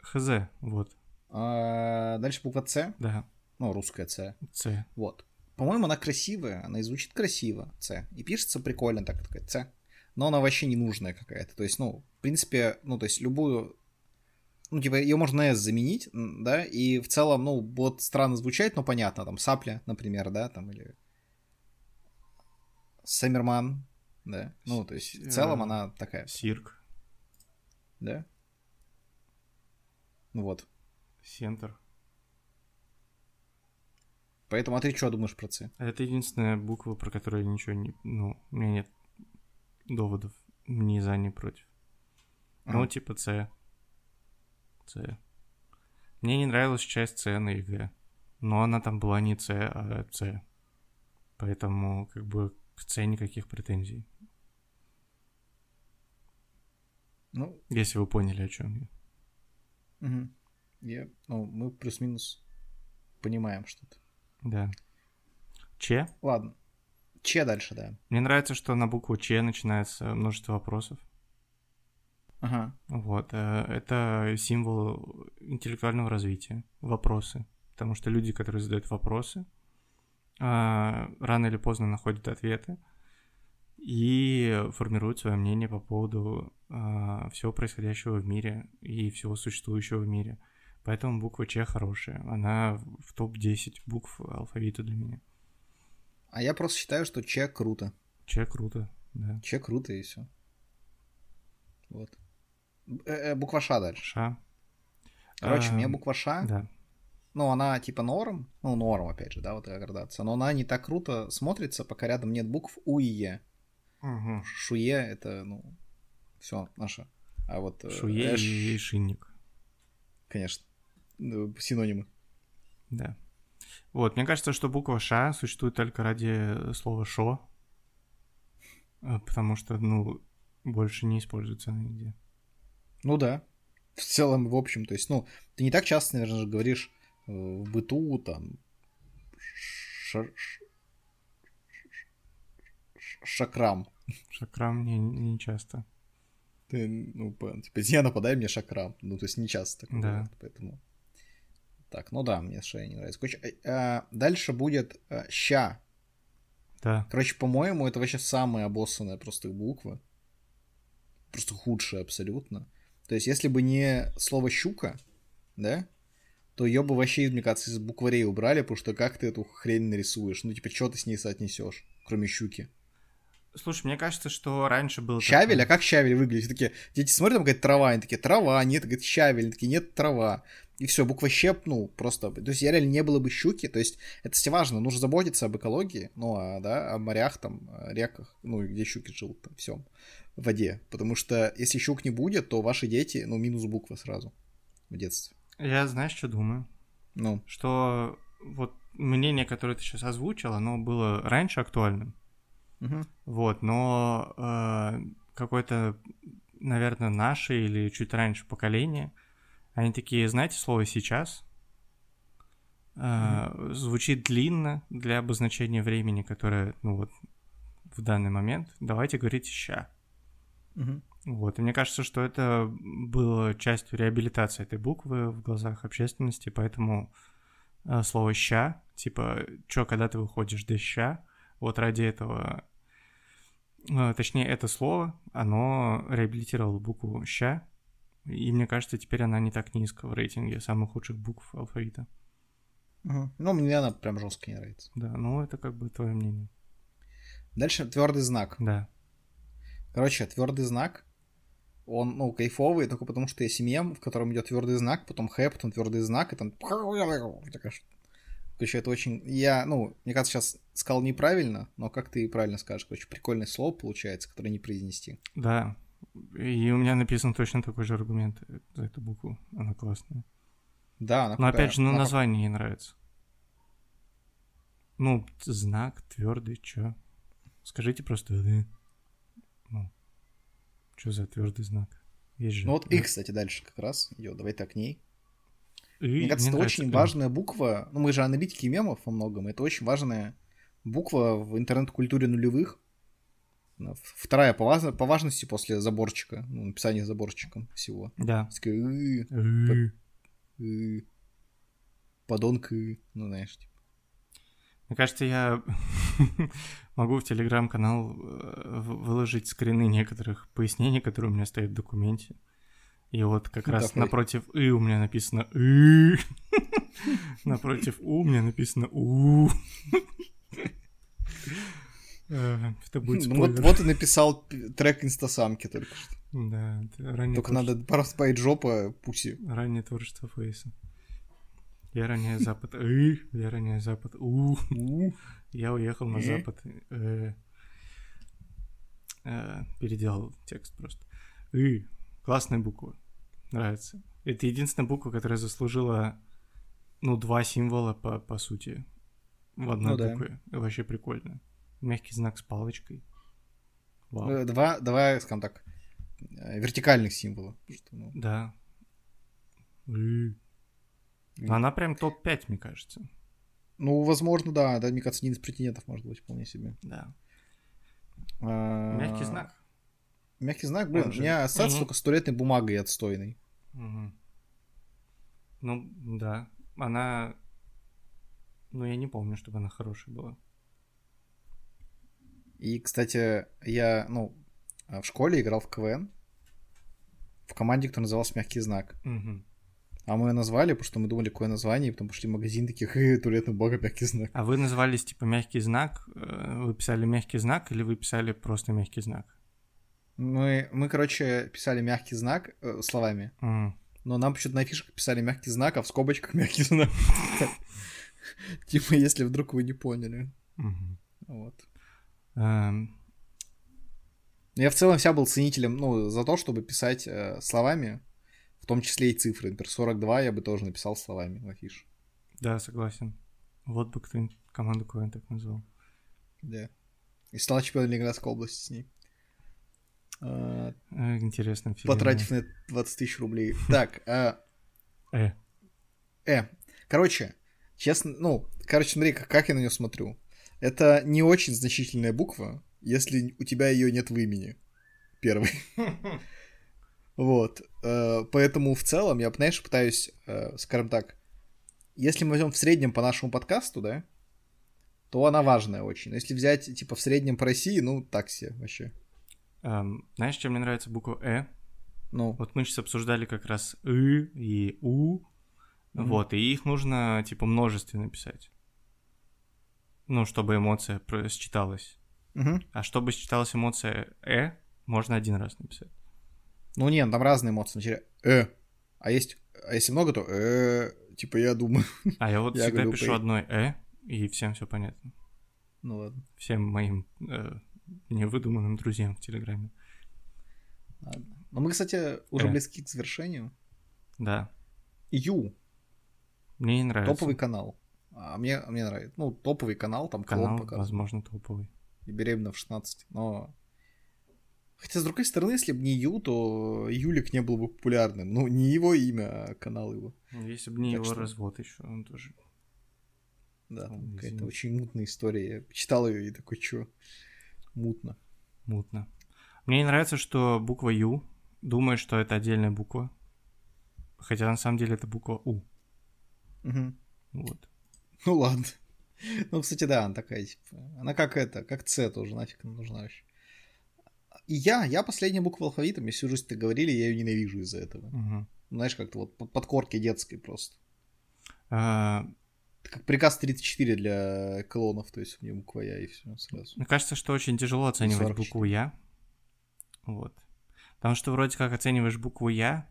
Speaker 2: ХЗ, вот,
Speaker 1: А, дальше буква С.
Speaker 2: да,
Speaker 1: Ну, русская С.
Speaker 2: С.
Speaker 1: Вот. По-моему, она красивая. Она и звучит красиво. С. И пишется прикольно так, такая С. Но она вообще ненужная какая-то. То есть, ну, в принципе, ну, то есть любую... Ну, типа, ее можно на S заменить, м, да, и в целом, ну, будет странно звучать, но понятно, там, сапля, например, да, там, или Сэмерман, да, ну, то есть, в целом
Speaker 2: Э,
Speaker 1: она такая,
Speaker 2: Сирк,
Speaker 1: да? Ну вот.
Speaker 2: Сентр.
Speaker 1: Поэтому, а ты что думаешь про С?
Speaker 2: Это единственная буква, про которую я ничего не... Ну, у меня нет доводов ни за, ни против. Ну,
Speaker 1: Ага.
Speaker 2: типа С. С. Мне не нравилась часть С на ЕГЭ. Но она там была не С, а С. Поэтому, как бы, к С никаких претензий.
Speaker 1: Ну,
Speaker 2: Если вы поняли, о чем я.
Speaker 1: мгм. я, ну, мы плюс-минус понимаем что-то.
Speaker 2: Да. Че?
Speaker 1: Ладно. Че дальше, да?
Speaker 2: Мне нравится, что на букву Ч начинается множество вопросов.
Speaker 1: Ага.
Speaker 2: Вот. э, Это символ интеллектуального развития. Вопросы. Потому что люди, которые задают вопросы, а, рано или поздно находят ответы и формируют свое мнение по поводу а, всего происходящего в мире и всего существующего в мире. Поэтому буква Ч хорошая. Она в- в топ-10 букв алфавита для меня.
Speaker 1: А я просто считаю, что Че круто.
Speaker 2: Че круто, да.
Speaker 1: Че круто и все. Вот. Э, э, буква Ша дальше.
Speaker 2: Ша.
Speaker 1: Короче,
Speaker 2: А,
Speaker 1: мне буква Ша,
Speaker 2: Да.
Speaker 1: ну, она типа норм, ну, норм, опять же, да, вот эта градация, но она не так круто смотрится, пока рядом нет букв У и Е. Шуе — это, ну, все наше. А вот... э,
Speaker 2: Шуе
Speaker 1: Эш,
Speaker 2: и шинник.
Speaker 1: Конечно. Ну, Синонимы.
Speaker 2: Да. Вот, мне кажется, что буква Ша существует только ради э, слова Шо. А, Потому что, ну, больше не используется она нигде.
Speaker 1: Ну да. В целом, в общем, то есть, ну, ты не так часто, наверное, же говоришь э, в быту, там, шар- ш- ш- шакрам.
Speaker 2: Шакрам не, не часто.
Speaker 1: Ты, ну, по- типа, я нападай мне шакрам. Ну, то есть, не часто такое
Speaker 2: Да.
Speaker 1: бывает, поэтому... Так, ну да, мне шея не нравится. Короче, э, а, дальше будет э, ща.
Speaker 2: Да.
Speaker 1: Короче, по-моему, это вообще самая обоссанная просто буква. Просто худшая абсолютно. То есть, если бы не слово «щука», да, то ее бы вообще, мне кажется, из букварей убрали, потому что как ты эту хрень нарисуешь? Ну, типа, что ты с ней соотнесешь, кроме щуки?
Speaker 2: Слушай, мне кажется, что раньше был...
Speaker 1: Щавель?
Speaker 2: такой-
Speaker 1: А как щавель выглядит? Все Такие, дети смотрят, там говорят, трава, они такие, трава, нет, говорит, щавель, Они такие, нет, трава. И все, буква «щеп», ну, просто... То есть, я реально не было бы щуки, то есть, это все важно, нужно заботиться об экологии, ну, а, да, о морях, там, о реках, ну, и где щуки живут, там, всем, в воде. Потому что, если щук не будет, то ваши дети, ну, минус буква сразу в детстве.
Speaker 2: Я, знаешь, что думаю?
Speaker 1: Ну,
Speaker 2: Что вот мнение, которое ты сейчас озвучил, оно было раньше актуальным.
Speaker 1: мгм.
Speaker 2: Вот, но э, какое-то, наверное, наше или чуть раньше поколение, они такие, знаете, слово сейчас Э, звучит длинно для обозначения времени, которое, ну вот, в данный момент. Давайте говорить ща.
Speaker 1: Мгм.
Speaker 2: Вот, и мне кажется, что это было частью реабилитации этой буквы в глазах общественности, поэтому э, слово «ща», типа «чё, когда ты выходишь до ща», вот ради этого, э, точнее, это слово, оно реабилитировало букву «ща», и мне кажется, теперь она не так низко в рейтинге самых худших букв алфавита.
Speaker 1: Мгм. Ну, мне она прям жестко не нравится.
Speaker 2: Да, ну это как бы твое мнение.
Speaker 1: Дальше твердый знак.
Speaker 2: Да.
Speaker 1: Короче, твердый знак. Он, ну, кайфовый, только потому что есть мем, в котором идет твердый знак, потом хэп, потом твердый знак, и там. [LAUGHS] такая ш- Короче, это очень. Я, ну, мне кажется, сейчас сказал неправильно, но как ты правильно скажешь, короче, прикольное слово получается, которое не произнести.
Speaker 2: Да. И у меня написан точно такой же аргумент за эту букву. Она классная.
Speaker 1: Да,
Speaker 2: Но
Speaker 1: она крутая.
Speaker 2: опять же, ну
Speaker 1: Она-
Speaker 2: название не нравится. Ну, т- знак твердый, чё? Скажите просто, «Э». ну, чё за твердый знак? Есть же.
Speaker 1: Ну вот
Speaker 2: «Э».
Speaker 1: и, кстати, дальше как раз идет. Давай так к ней.
Speaker 2: «И»
Speaker 1: Мне кажется, это
Speaker 2: нравится
Speaker 1: очень
Speaker 2: «Э».
Speaker 1: важная буква. Ну, мы же аналитики мемов во многом. Это очень важная буква в интернет-культуре нулевых. Она в- Вторая по, ваз- по важности после заборчика, ну, написания заборчиком всего.
Speaker 2: Да.
Speaker 1: Такая, «Ы,
Speaker 2: «Э».
Speaker 1: ы, Подонка, ы». ну, знаешь, типа.
Speaker 2: Мне кажется, я [LAUGHS] могу в телеграм-канал э, в- выложить скрины некоторых пояснений, которые у меня стоят в документе. И вот как
Speaker 1: Ну,
Speaker 2: раз
Speaker 1: давай.
Speaker 2: напротив «ы» у меня написано «ы», [LAUGHS] напротив «у» у меня написано «у». [LAUGHS] Э, Это будет
Speaker 1: Ну, вот,
Speaker 2: спойлер.
Speaker 1: вот и написал п- трек инстасамки только. что.
Speaker 2: Да, это раннее
Speaker 1: Только
Speaker 2: творчество-
Speaker 1: надо просто поить жопа пуси.
Speaker 2: раннее творчество Фейса. Я
Speaker 1: [LAUGHS]
Speaker 2: ранее запад. Эх, Я ранее запад. У, у. Я уехал на
Speaker 1: Э.
Speaker 2: запад. Э. Э, Переделал текст просто. И. Классная буква. Нравится. Это единственная буква, которая заслужила, ну, два символа, по, по сути, в одной
Speaker 1: Ну да.
Speaker 2: букве. Вообще прикольно. Мягкий знак с палочкой. Вау.
Speaker 1: Э, Два, два, скажем так, э, вертикальных символа. Что, ну,
Speaker 2: Да. И.
Speaker 1: И.
Speaker 2: Она прям топ-5, мне кажется.
Speaker 1: Ну, возможно, да, да, мне кажется, один из претендентов может быть вполне себе.
Speaker 2: Да.
Speaker 1: А,
Speaker 2: Мягкий знак.
Speaker 1: Мягкий знак, блин,
Speaker 2: Он
Speaker 1: у
Speaker 2: же-
Speaker 1: меня ассоциация
Speaker 2: Мгм.
Speaker 1: только с туалетной бумагой отстойной.
Speaker 2: Мгм. Ну, да. Она... Ну, я не помню, чтобы она хорошая была.
Speaker 1: И, кстати, я, ну, в школе играл в КВН в команде, которая называлась «Мягкий знак».
Speaker 2: Мгм.
Speaker 1: А мы ее назвали, потому что мы думали, какое название, и потом пошли в магазин, таких, [LAUGHS] «Э, туалетная бумага, мягкий знак.
Speaker 2: А вы назывались, типа, мягкий знак? э, Вы писали мягкий знак или вы писали просто мягкий знак?
Speaker 1: Мы, мы, короче, писали «мягкий знак» э, словами,
Speaker 2: М.
Speaker 1: но нам почему-то на афишах писали «мягкий знак», а в скобочках «мягкий знак». [LAUGHS] Типа, если вдруг вы не поняли.
Speaker 2: Мгм.
Speaker 1: Вот.
Speaker 2: Эм,
Speaker 1: Я в целом вся был ценителем, ну, за то, чтобы писать э, словами, в том числе и цифры. Например, 42 я бы тоже написал словами на афише.
Speaker 2: Да, согласен. Вот бы кто-нибудь команду КВН так назвал.
Speaker 1: Да. И стал чемпионом Ленинградской области с ней. А,
Speaker 2: Э, Интересно. фигня.
Speaker 1: потратив на это 20 тысяч рублей. Так, а,
Speaker 2: Э,
Speaker 1: э, короче, честно, ну, короче, смотри, как, как я на нее смотрю. Это не очень значительная буква, если у тебя ее нет в имени. [LAUGHS] Первый. Вот. э, Поэтому в целом я, знаешь, пытаюсь, э, скажем так, если мы возьмем в среднем по нашему подкасту, да, то она важная очень. Но если взять, типа, в среднем по России, ну, так себе вообще.
Speaker 2: эм, Знаешь, чем мне нравится буква Э?
Speaker 1: Ну,
Speaker 2: Вот мы сейчас обсуждали как раз «ы» и «у»,
Speaker 1: Мгм.
Speaker 2: вот, и их нужно, типа, множественно писать. Ну, чтобы эмоция про- считалась.
Speaker 1: мгм.
Speaker 2: А чтобы считалась эмоция «э», можно один раз написать.
Speaker 1: ну не, ну, там разные эмоции. Например, э, а есть, а если много, то э, типа, я думаю. [LAUGHS]
Speaker 2: А я вот
Speaker 1: Я
Speaker 2: всегда
Speaker 1: говорю,
Speaker 2: пишу
Speaker 1: «п».
Speaker 2: одной «э», и всем все понятно.
Speaker 1: Ну ладно.
Speaker 2: Всем моим э, невыдуманным друзьям в Телеграме.
Speaker 1: ладно. Но Ну, мы, кстати, уже
Speaker 2: Э.
Speaker 1: близки к завершению.
Speaker 2: Да,
Speaker 1: Ю,
Speaker 2: мне не нравится.
Speaker 1: топовый канал. А мне, мне нравится. Ну, топовый канал, там
Speaker 2: канал,
Speaker 1: клон показывает.
Speaker 2: возможно, топовый.
Speaker 1: и беременна в 16, но... Хотя, с другой стороны, если бы не Ю, то Юлик не был бы популярным. Ну, не его имя, а канал его.
Speaker 2: Ну, Если бы не
Speaker 1: Так
Speaker 2: его
Speaker 1: что-
Speaker 2: развод еще, он тоже.
Speaker 1: Да, там
Speaker 2: Ой,
Speaker 1: какая-то
Speaker 2: извини.
Speaker 1: очень мутная история. Я читал ее и такой, чё? Мутно.
Speaker 2: Мутно. Мне не нравится, что буква Ю думает, что это отдельная буква. Хотя на самом деле это буква У.
Speaker 1: Мгм.
Speaker 2: Вот.
Speaker 1: [LAUGHS] Ну, ладно. Ну, кстати, да, она такая, типа... Она как это, как С тоже, нафиг она нужна вообще. И я, я последняя буква алфавита, мне всю жизнь так говорили, я ее ненавижу из-за этого. Ну,
Speaker 2: Мгм.
Speaker 1: Знаешь, как-то вот по подкорке детской просто.
Speaker 2: А,
Speaker 1: Это как приказ 34 для клонов, то есть у меня буква Я и все сразу.
Speaker 2: Мне кажется, что очень тяжело оценивать
Speaker 1: 44.
Speaker 2: букву Я. Вот. Потому что вроде как оцениваешь букву Я,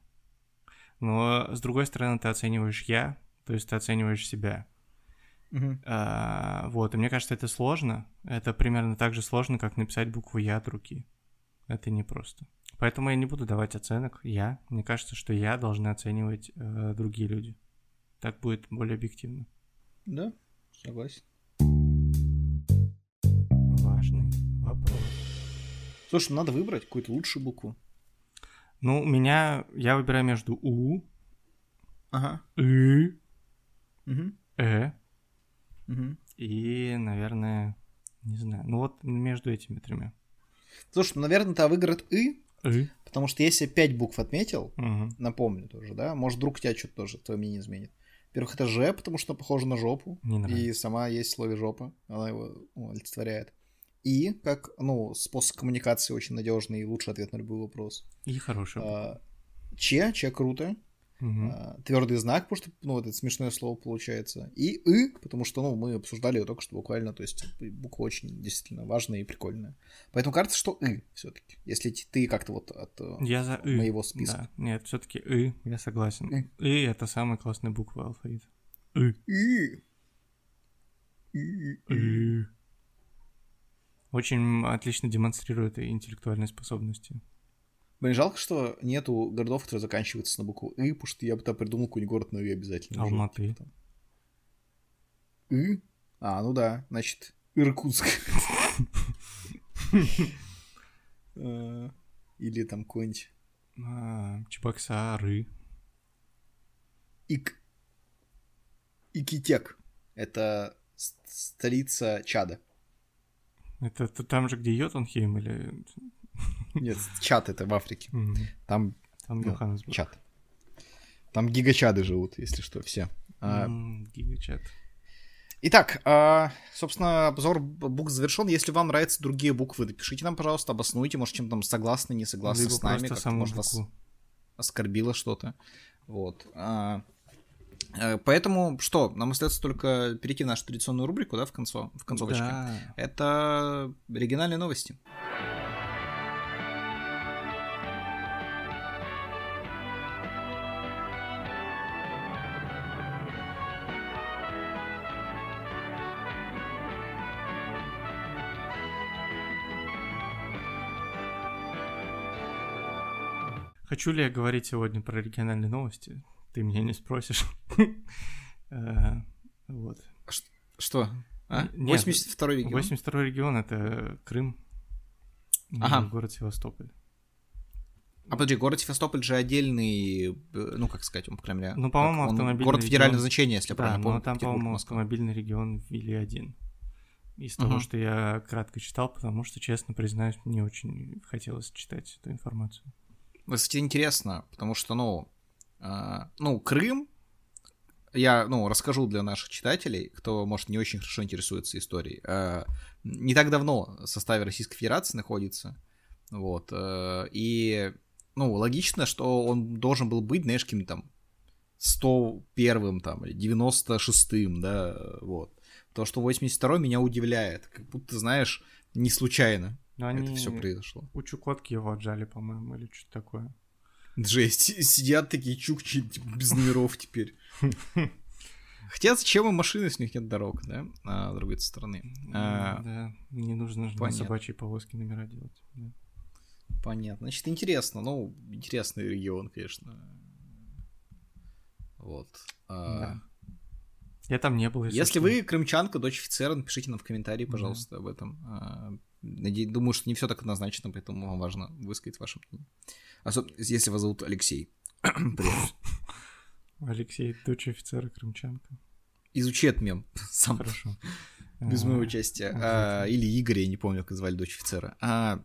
Speaker 2: но с другой стороны ты оцениваешь Я, то есть ты оцениваешь себя. А, вот, и мне кажется, это сложно. Это примерно так же сложно, как написать букву Я от руки. Это непросто. Поэтому я не буду давать оценок Я. Мне кажется, что Я должны оценивать э, другие люди. Так будет более объективно.
Speaker 1: Да, согласен.
Speaker 2: Важный вопрос.
Speaker 1: Слушай, ну надо выбрать какую-то лучшую букву.
Speaker 2: Ну, у меня... Я выбираю между У,
Speaker 1: Ага.
Speaker 2: И,
Speaker 1: Мгм.
Speaker 2: Э
Speaker 1: Мгм.
Speaker 2: и, наверное... Не знаю. Ну вот между этими тремя.
Speaker 1: Слушай, ну, наверное, ты выиграет И,
Speaker 2: И.
Speaker 1: потому что если пять букв отметил,
Speaker 2: Мгм.
Speaker 1: напомню тоже, да, может, вдруг у тебя что-то тоже, твое мнение изменит. Во-первых, это Ж, потому что похоже на жопу.
Speaker 2: Не
Speaker 1: И
Speaker 2: нравится.
Speaker 1: сама есть в слове жопа, она его ну, олицетворяет. И, как, ну, способ коммуникации очень надежный и лучший ответ на любой вопрос.
Speaker 2: И, хорошая буква.
Speaker 1: А, Че, Че круто,
Speaker 2: Мгм.
Speaker 1: твердый знак, потому что, ну, вот это смешное слово получается. И и, потому что, ну, мы обсуждали ее только что буквально, то есть и буква очень действительно важная и прикольная. Поэтому кажется, что и все-таки. Если ти- ты как-то вот от э,
Speaker 2: Я за И.
Speaker 1: моего списка.
Speaker 2: Да, нет, все-таки «ы», я согласен.
Speaker 1: «Ы».
Speaker 2: «ы» — это самая классная буква алфавита. Ы.
Speaker 1: И. И.
Speaker 2: Э. Очень отлично демонстрирует и интеллектуальные способности.
Speaker 1: Блин, жалко, что нету городов, которые заканчиваются на букву И, потому что я бы там придумал какой-нибудь город на И обязательно. уже,
Speaker 2: Алматы.
Speaker 1: типа там. И? А, ну да, значит, Иркутск. Э, Или там какой-нибудь
Speaker 2: А, Чебоксары.
Speaker 1: Ик... Икитек. Это с- столица Чада.
Speaker 2: Это т- там же, где Йотунхейм или...
Speaker 1: Нет, Чад это в Африке.
Speaker 2: М,
Speaker 1: Там
Speaker 2: Там
Speaker 1: Да,
Speaker 2: Йоханнесбург.
Speaker 1: Чад. Там гигачады живут, если что, все. А,
Speaker 2: М, Гигачат.
Speaker 1: Итак, а, собственно, обзор б- букв завершен. Если вам нравятся другие буквы, напишите нам, пожалуйста, обоснуйте, может, чем там согласны, не согласны
Speaker 2: Либо
Speaker 1: с нами,
Speaker 2: просто
Speaker 1: как
Speaker 2: саму
Speaker 1: может, вас
Speaker 2: букву.
Speaker 1: оскорбило что-то. Вот. А, э, Поэтому что, нам остается только перейти в нашу традиционную рубрику, да, в, концо, в концовочке.
Speaker 2: Да.
Speaker 1: Это региональные новости.
Speaker 2: Хочу ли я говорить сегодня про региональные новости? Ты меня не спросишь. [LAUGHS] Э, Вот.
Speaker 1: Что? А?
Speaker 2: Нет,
Speaker 1: 82 регион.
Speaker 2: 82-й регион — это Крым. и
Speaker 1: Ага.
Speaker 2: Город Севастополь.
Speaker 1: А подожди, город Севастополь же отдельный, э, ну как сказать, он, по крайней мере,
Speaker 2: Ну, по-моему,
Speaker 1: как он-
Speaker 2: автомобильный
Speaker 1: Город федерального
Speaker 2: регион.
Speaker 1: значения, если я
Speaker 2: Да,
Speaker 1: правильно помню.
Speaker 2: но там,
Speaker 1: Петербург,
Speaker 2: по-моему,
Speaker 1: Москва.
Speaker 2: автомобильный регион ввели один. Из
Speaker 1: Мгм.
Speaker 2: того, что я кратко читал, потому что, честно признаюсь, мне очень хотелось читать эту информацию.
Speaker 1: Кстати, интересно, потому что, ну, а, ну, Крым, я, ну, расскажу для наших читателей, кто, может, не очень хорошо интересуется историей. а, Не так давно в составе Российской Федерации находится, вот, э, и, ну, логично, что он должен был быть, знаешь, каким-то там 101-м, там, или 96-м, да, вот. То, что 82-й меня удивляет, как будто, знаешь, не случайно
Speaker 2: Но они
Speaker 1: это все произошло.
Speaker 2: у Чукотки его отжали, по-моему, или что-то такое.
Speaker 1: Жесть, сидят такие чукчи типа, без номеров теперь. Хотя зачем им машины, если у них нет дорог, да, а, с другой стороны. А,
Speaker 2: Да, не нужно же на
Speaker 1: понятно.
Speaker 2: собачьей повозке номера делать. да.
Speaker 1: Понятно. Значит, интересно. Ну, интересный регион, конечно. Вот. А,
Speaker 2: Да. Я там не был.
Speaker 1: Если
Speaker 2: что.
Speaker 1: вы крымчанка, дочь офицера, напишите нам в комментарии, пожалуйста, об этом. А, наде- Думаю, что не все так однозначно, поэтому вам важно высказать ваше мнение. Особенно, если вас зовут Алексей. Привет.
Speaker 2: Алексей, дочь офицера Крымчанка.
Speaker 1: [LAUGHS] Изучи этот мем [LAUGHS] сам.
Speaker 2: Хорошо.
Speaker 1: Без
Speaker 2: А,
Speaker 1: моего участия.
Speaker 2: обязательно.
Speaker 1: А, или Игоря, я не помню, как звали дочь офицера. А,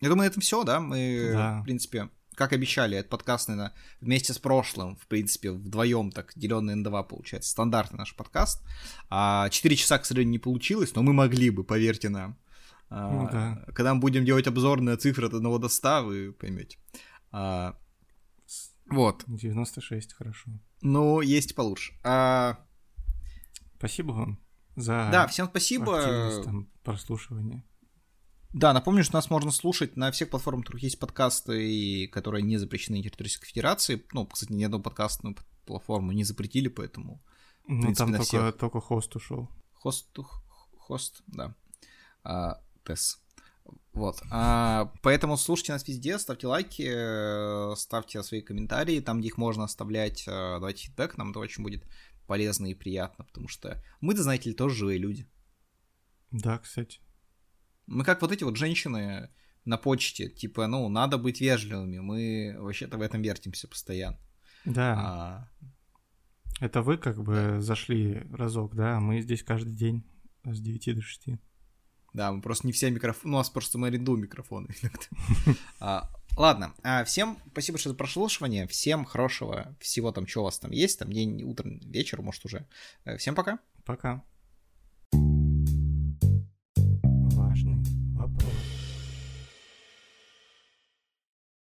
Speaker 1: я думаю, на этом все, да? Мы,
Speaker 2: Да.
Speaker 1: в принципе, как обещали, этот подкаст, наверное, вместе с прошлым, в принципе, вдвоем так, деленный на два, получается, стандартный наш подкаст. А, Четыре часа, к сожалению, не получилось, но мы могли бы, поверьте нам. А,
Speaker 2: Ну да.
Speaker 1: Когда мы будем делать обзорные цифры от 1 до 100, вы поймете. А,
Speaker 2: Э, с-
Speaker 1: вот.
Speaker 2: 96, хорошо.
Speaker 1: Ну, есть получше. А,
Speaker 2: Спасибо вам за
Speaker 1: да, всем спасибо.
Speaker 2: активность, там, прослушивание.
Speaker 1: Да, напомню, что нас можно слушать на всех платформах, на которых есть подкасты, и которые не запрещены на территории Российской Федерации. Ну, кстати, ни одну подкастную п- платформу не запретили, поэтому
Speaker 2: Ну,
Speaker 1: принципе,
Speaker 2: там
Speaker 1: на
Speaker 2: только,
Speaker 1: всех.
Speaker 2: только хост ушел.
Speaker 1: хост, ух, хост, да, А, ТЭС. Вот. А, поэтому слушайте нас везде, ставьте лайки, э, ставьте свои комментарии, там, где их можно оставлять, э, давайте фидбэк, нам это очень будет полезно и приятно, потому что мы-то, знаете ли, тоже живые люди.
Speaker 2: Да, кстати.
Speaker 1: Мы как вот эти вот женщины на почте, типа, ну, надо быть вежливыми, мы вообще-то в этом вертимся постоянно.
Speaker 2: Да,
Speaker 1: А,
Speaker 2: это вы как бы зашли разок, да, а мы здесь каждый день с 9 до 6.
Speaker 1: да, мы просто не все микрофоны, у нас просто мы арендуем микрофоны иногда. [LAUGHS] А, Ладно, а, всем спасибо большое за прослушивание, всем хорошего всего там, что у вас там есть, там день, утро, вечер, может уже. Э, Всем пока.
Speaker 2: Пока. Важный вопрос.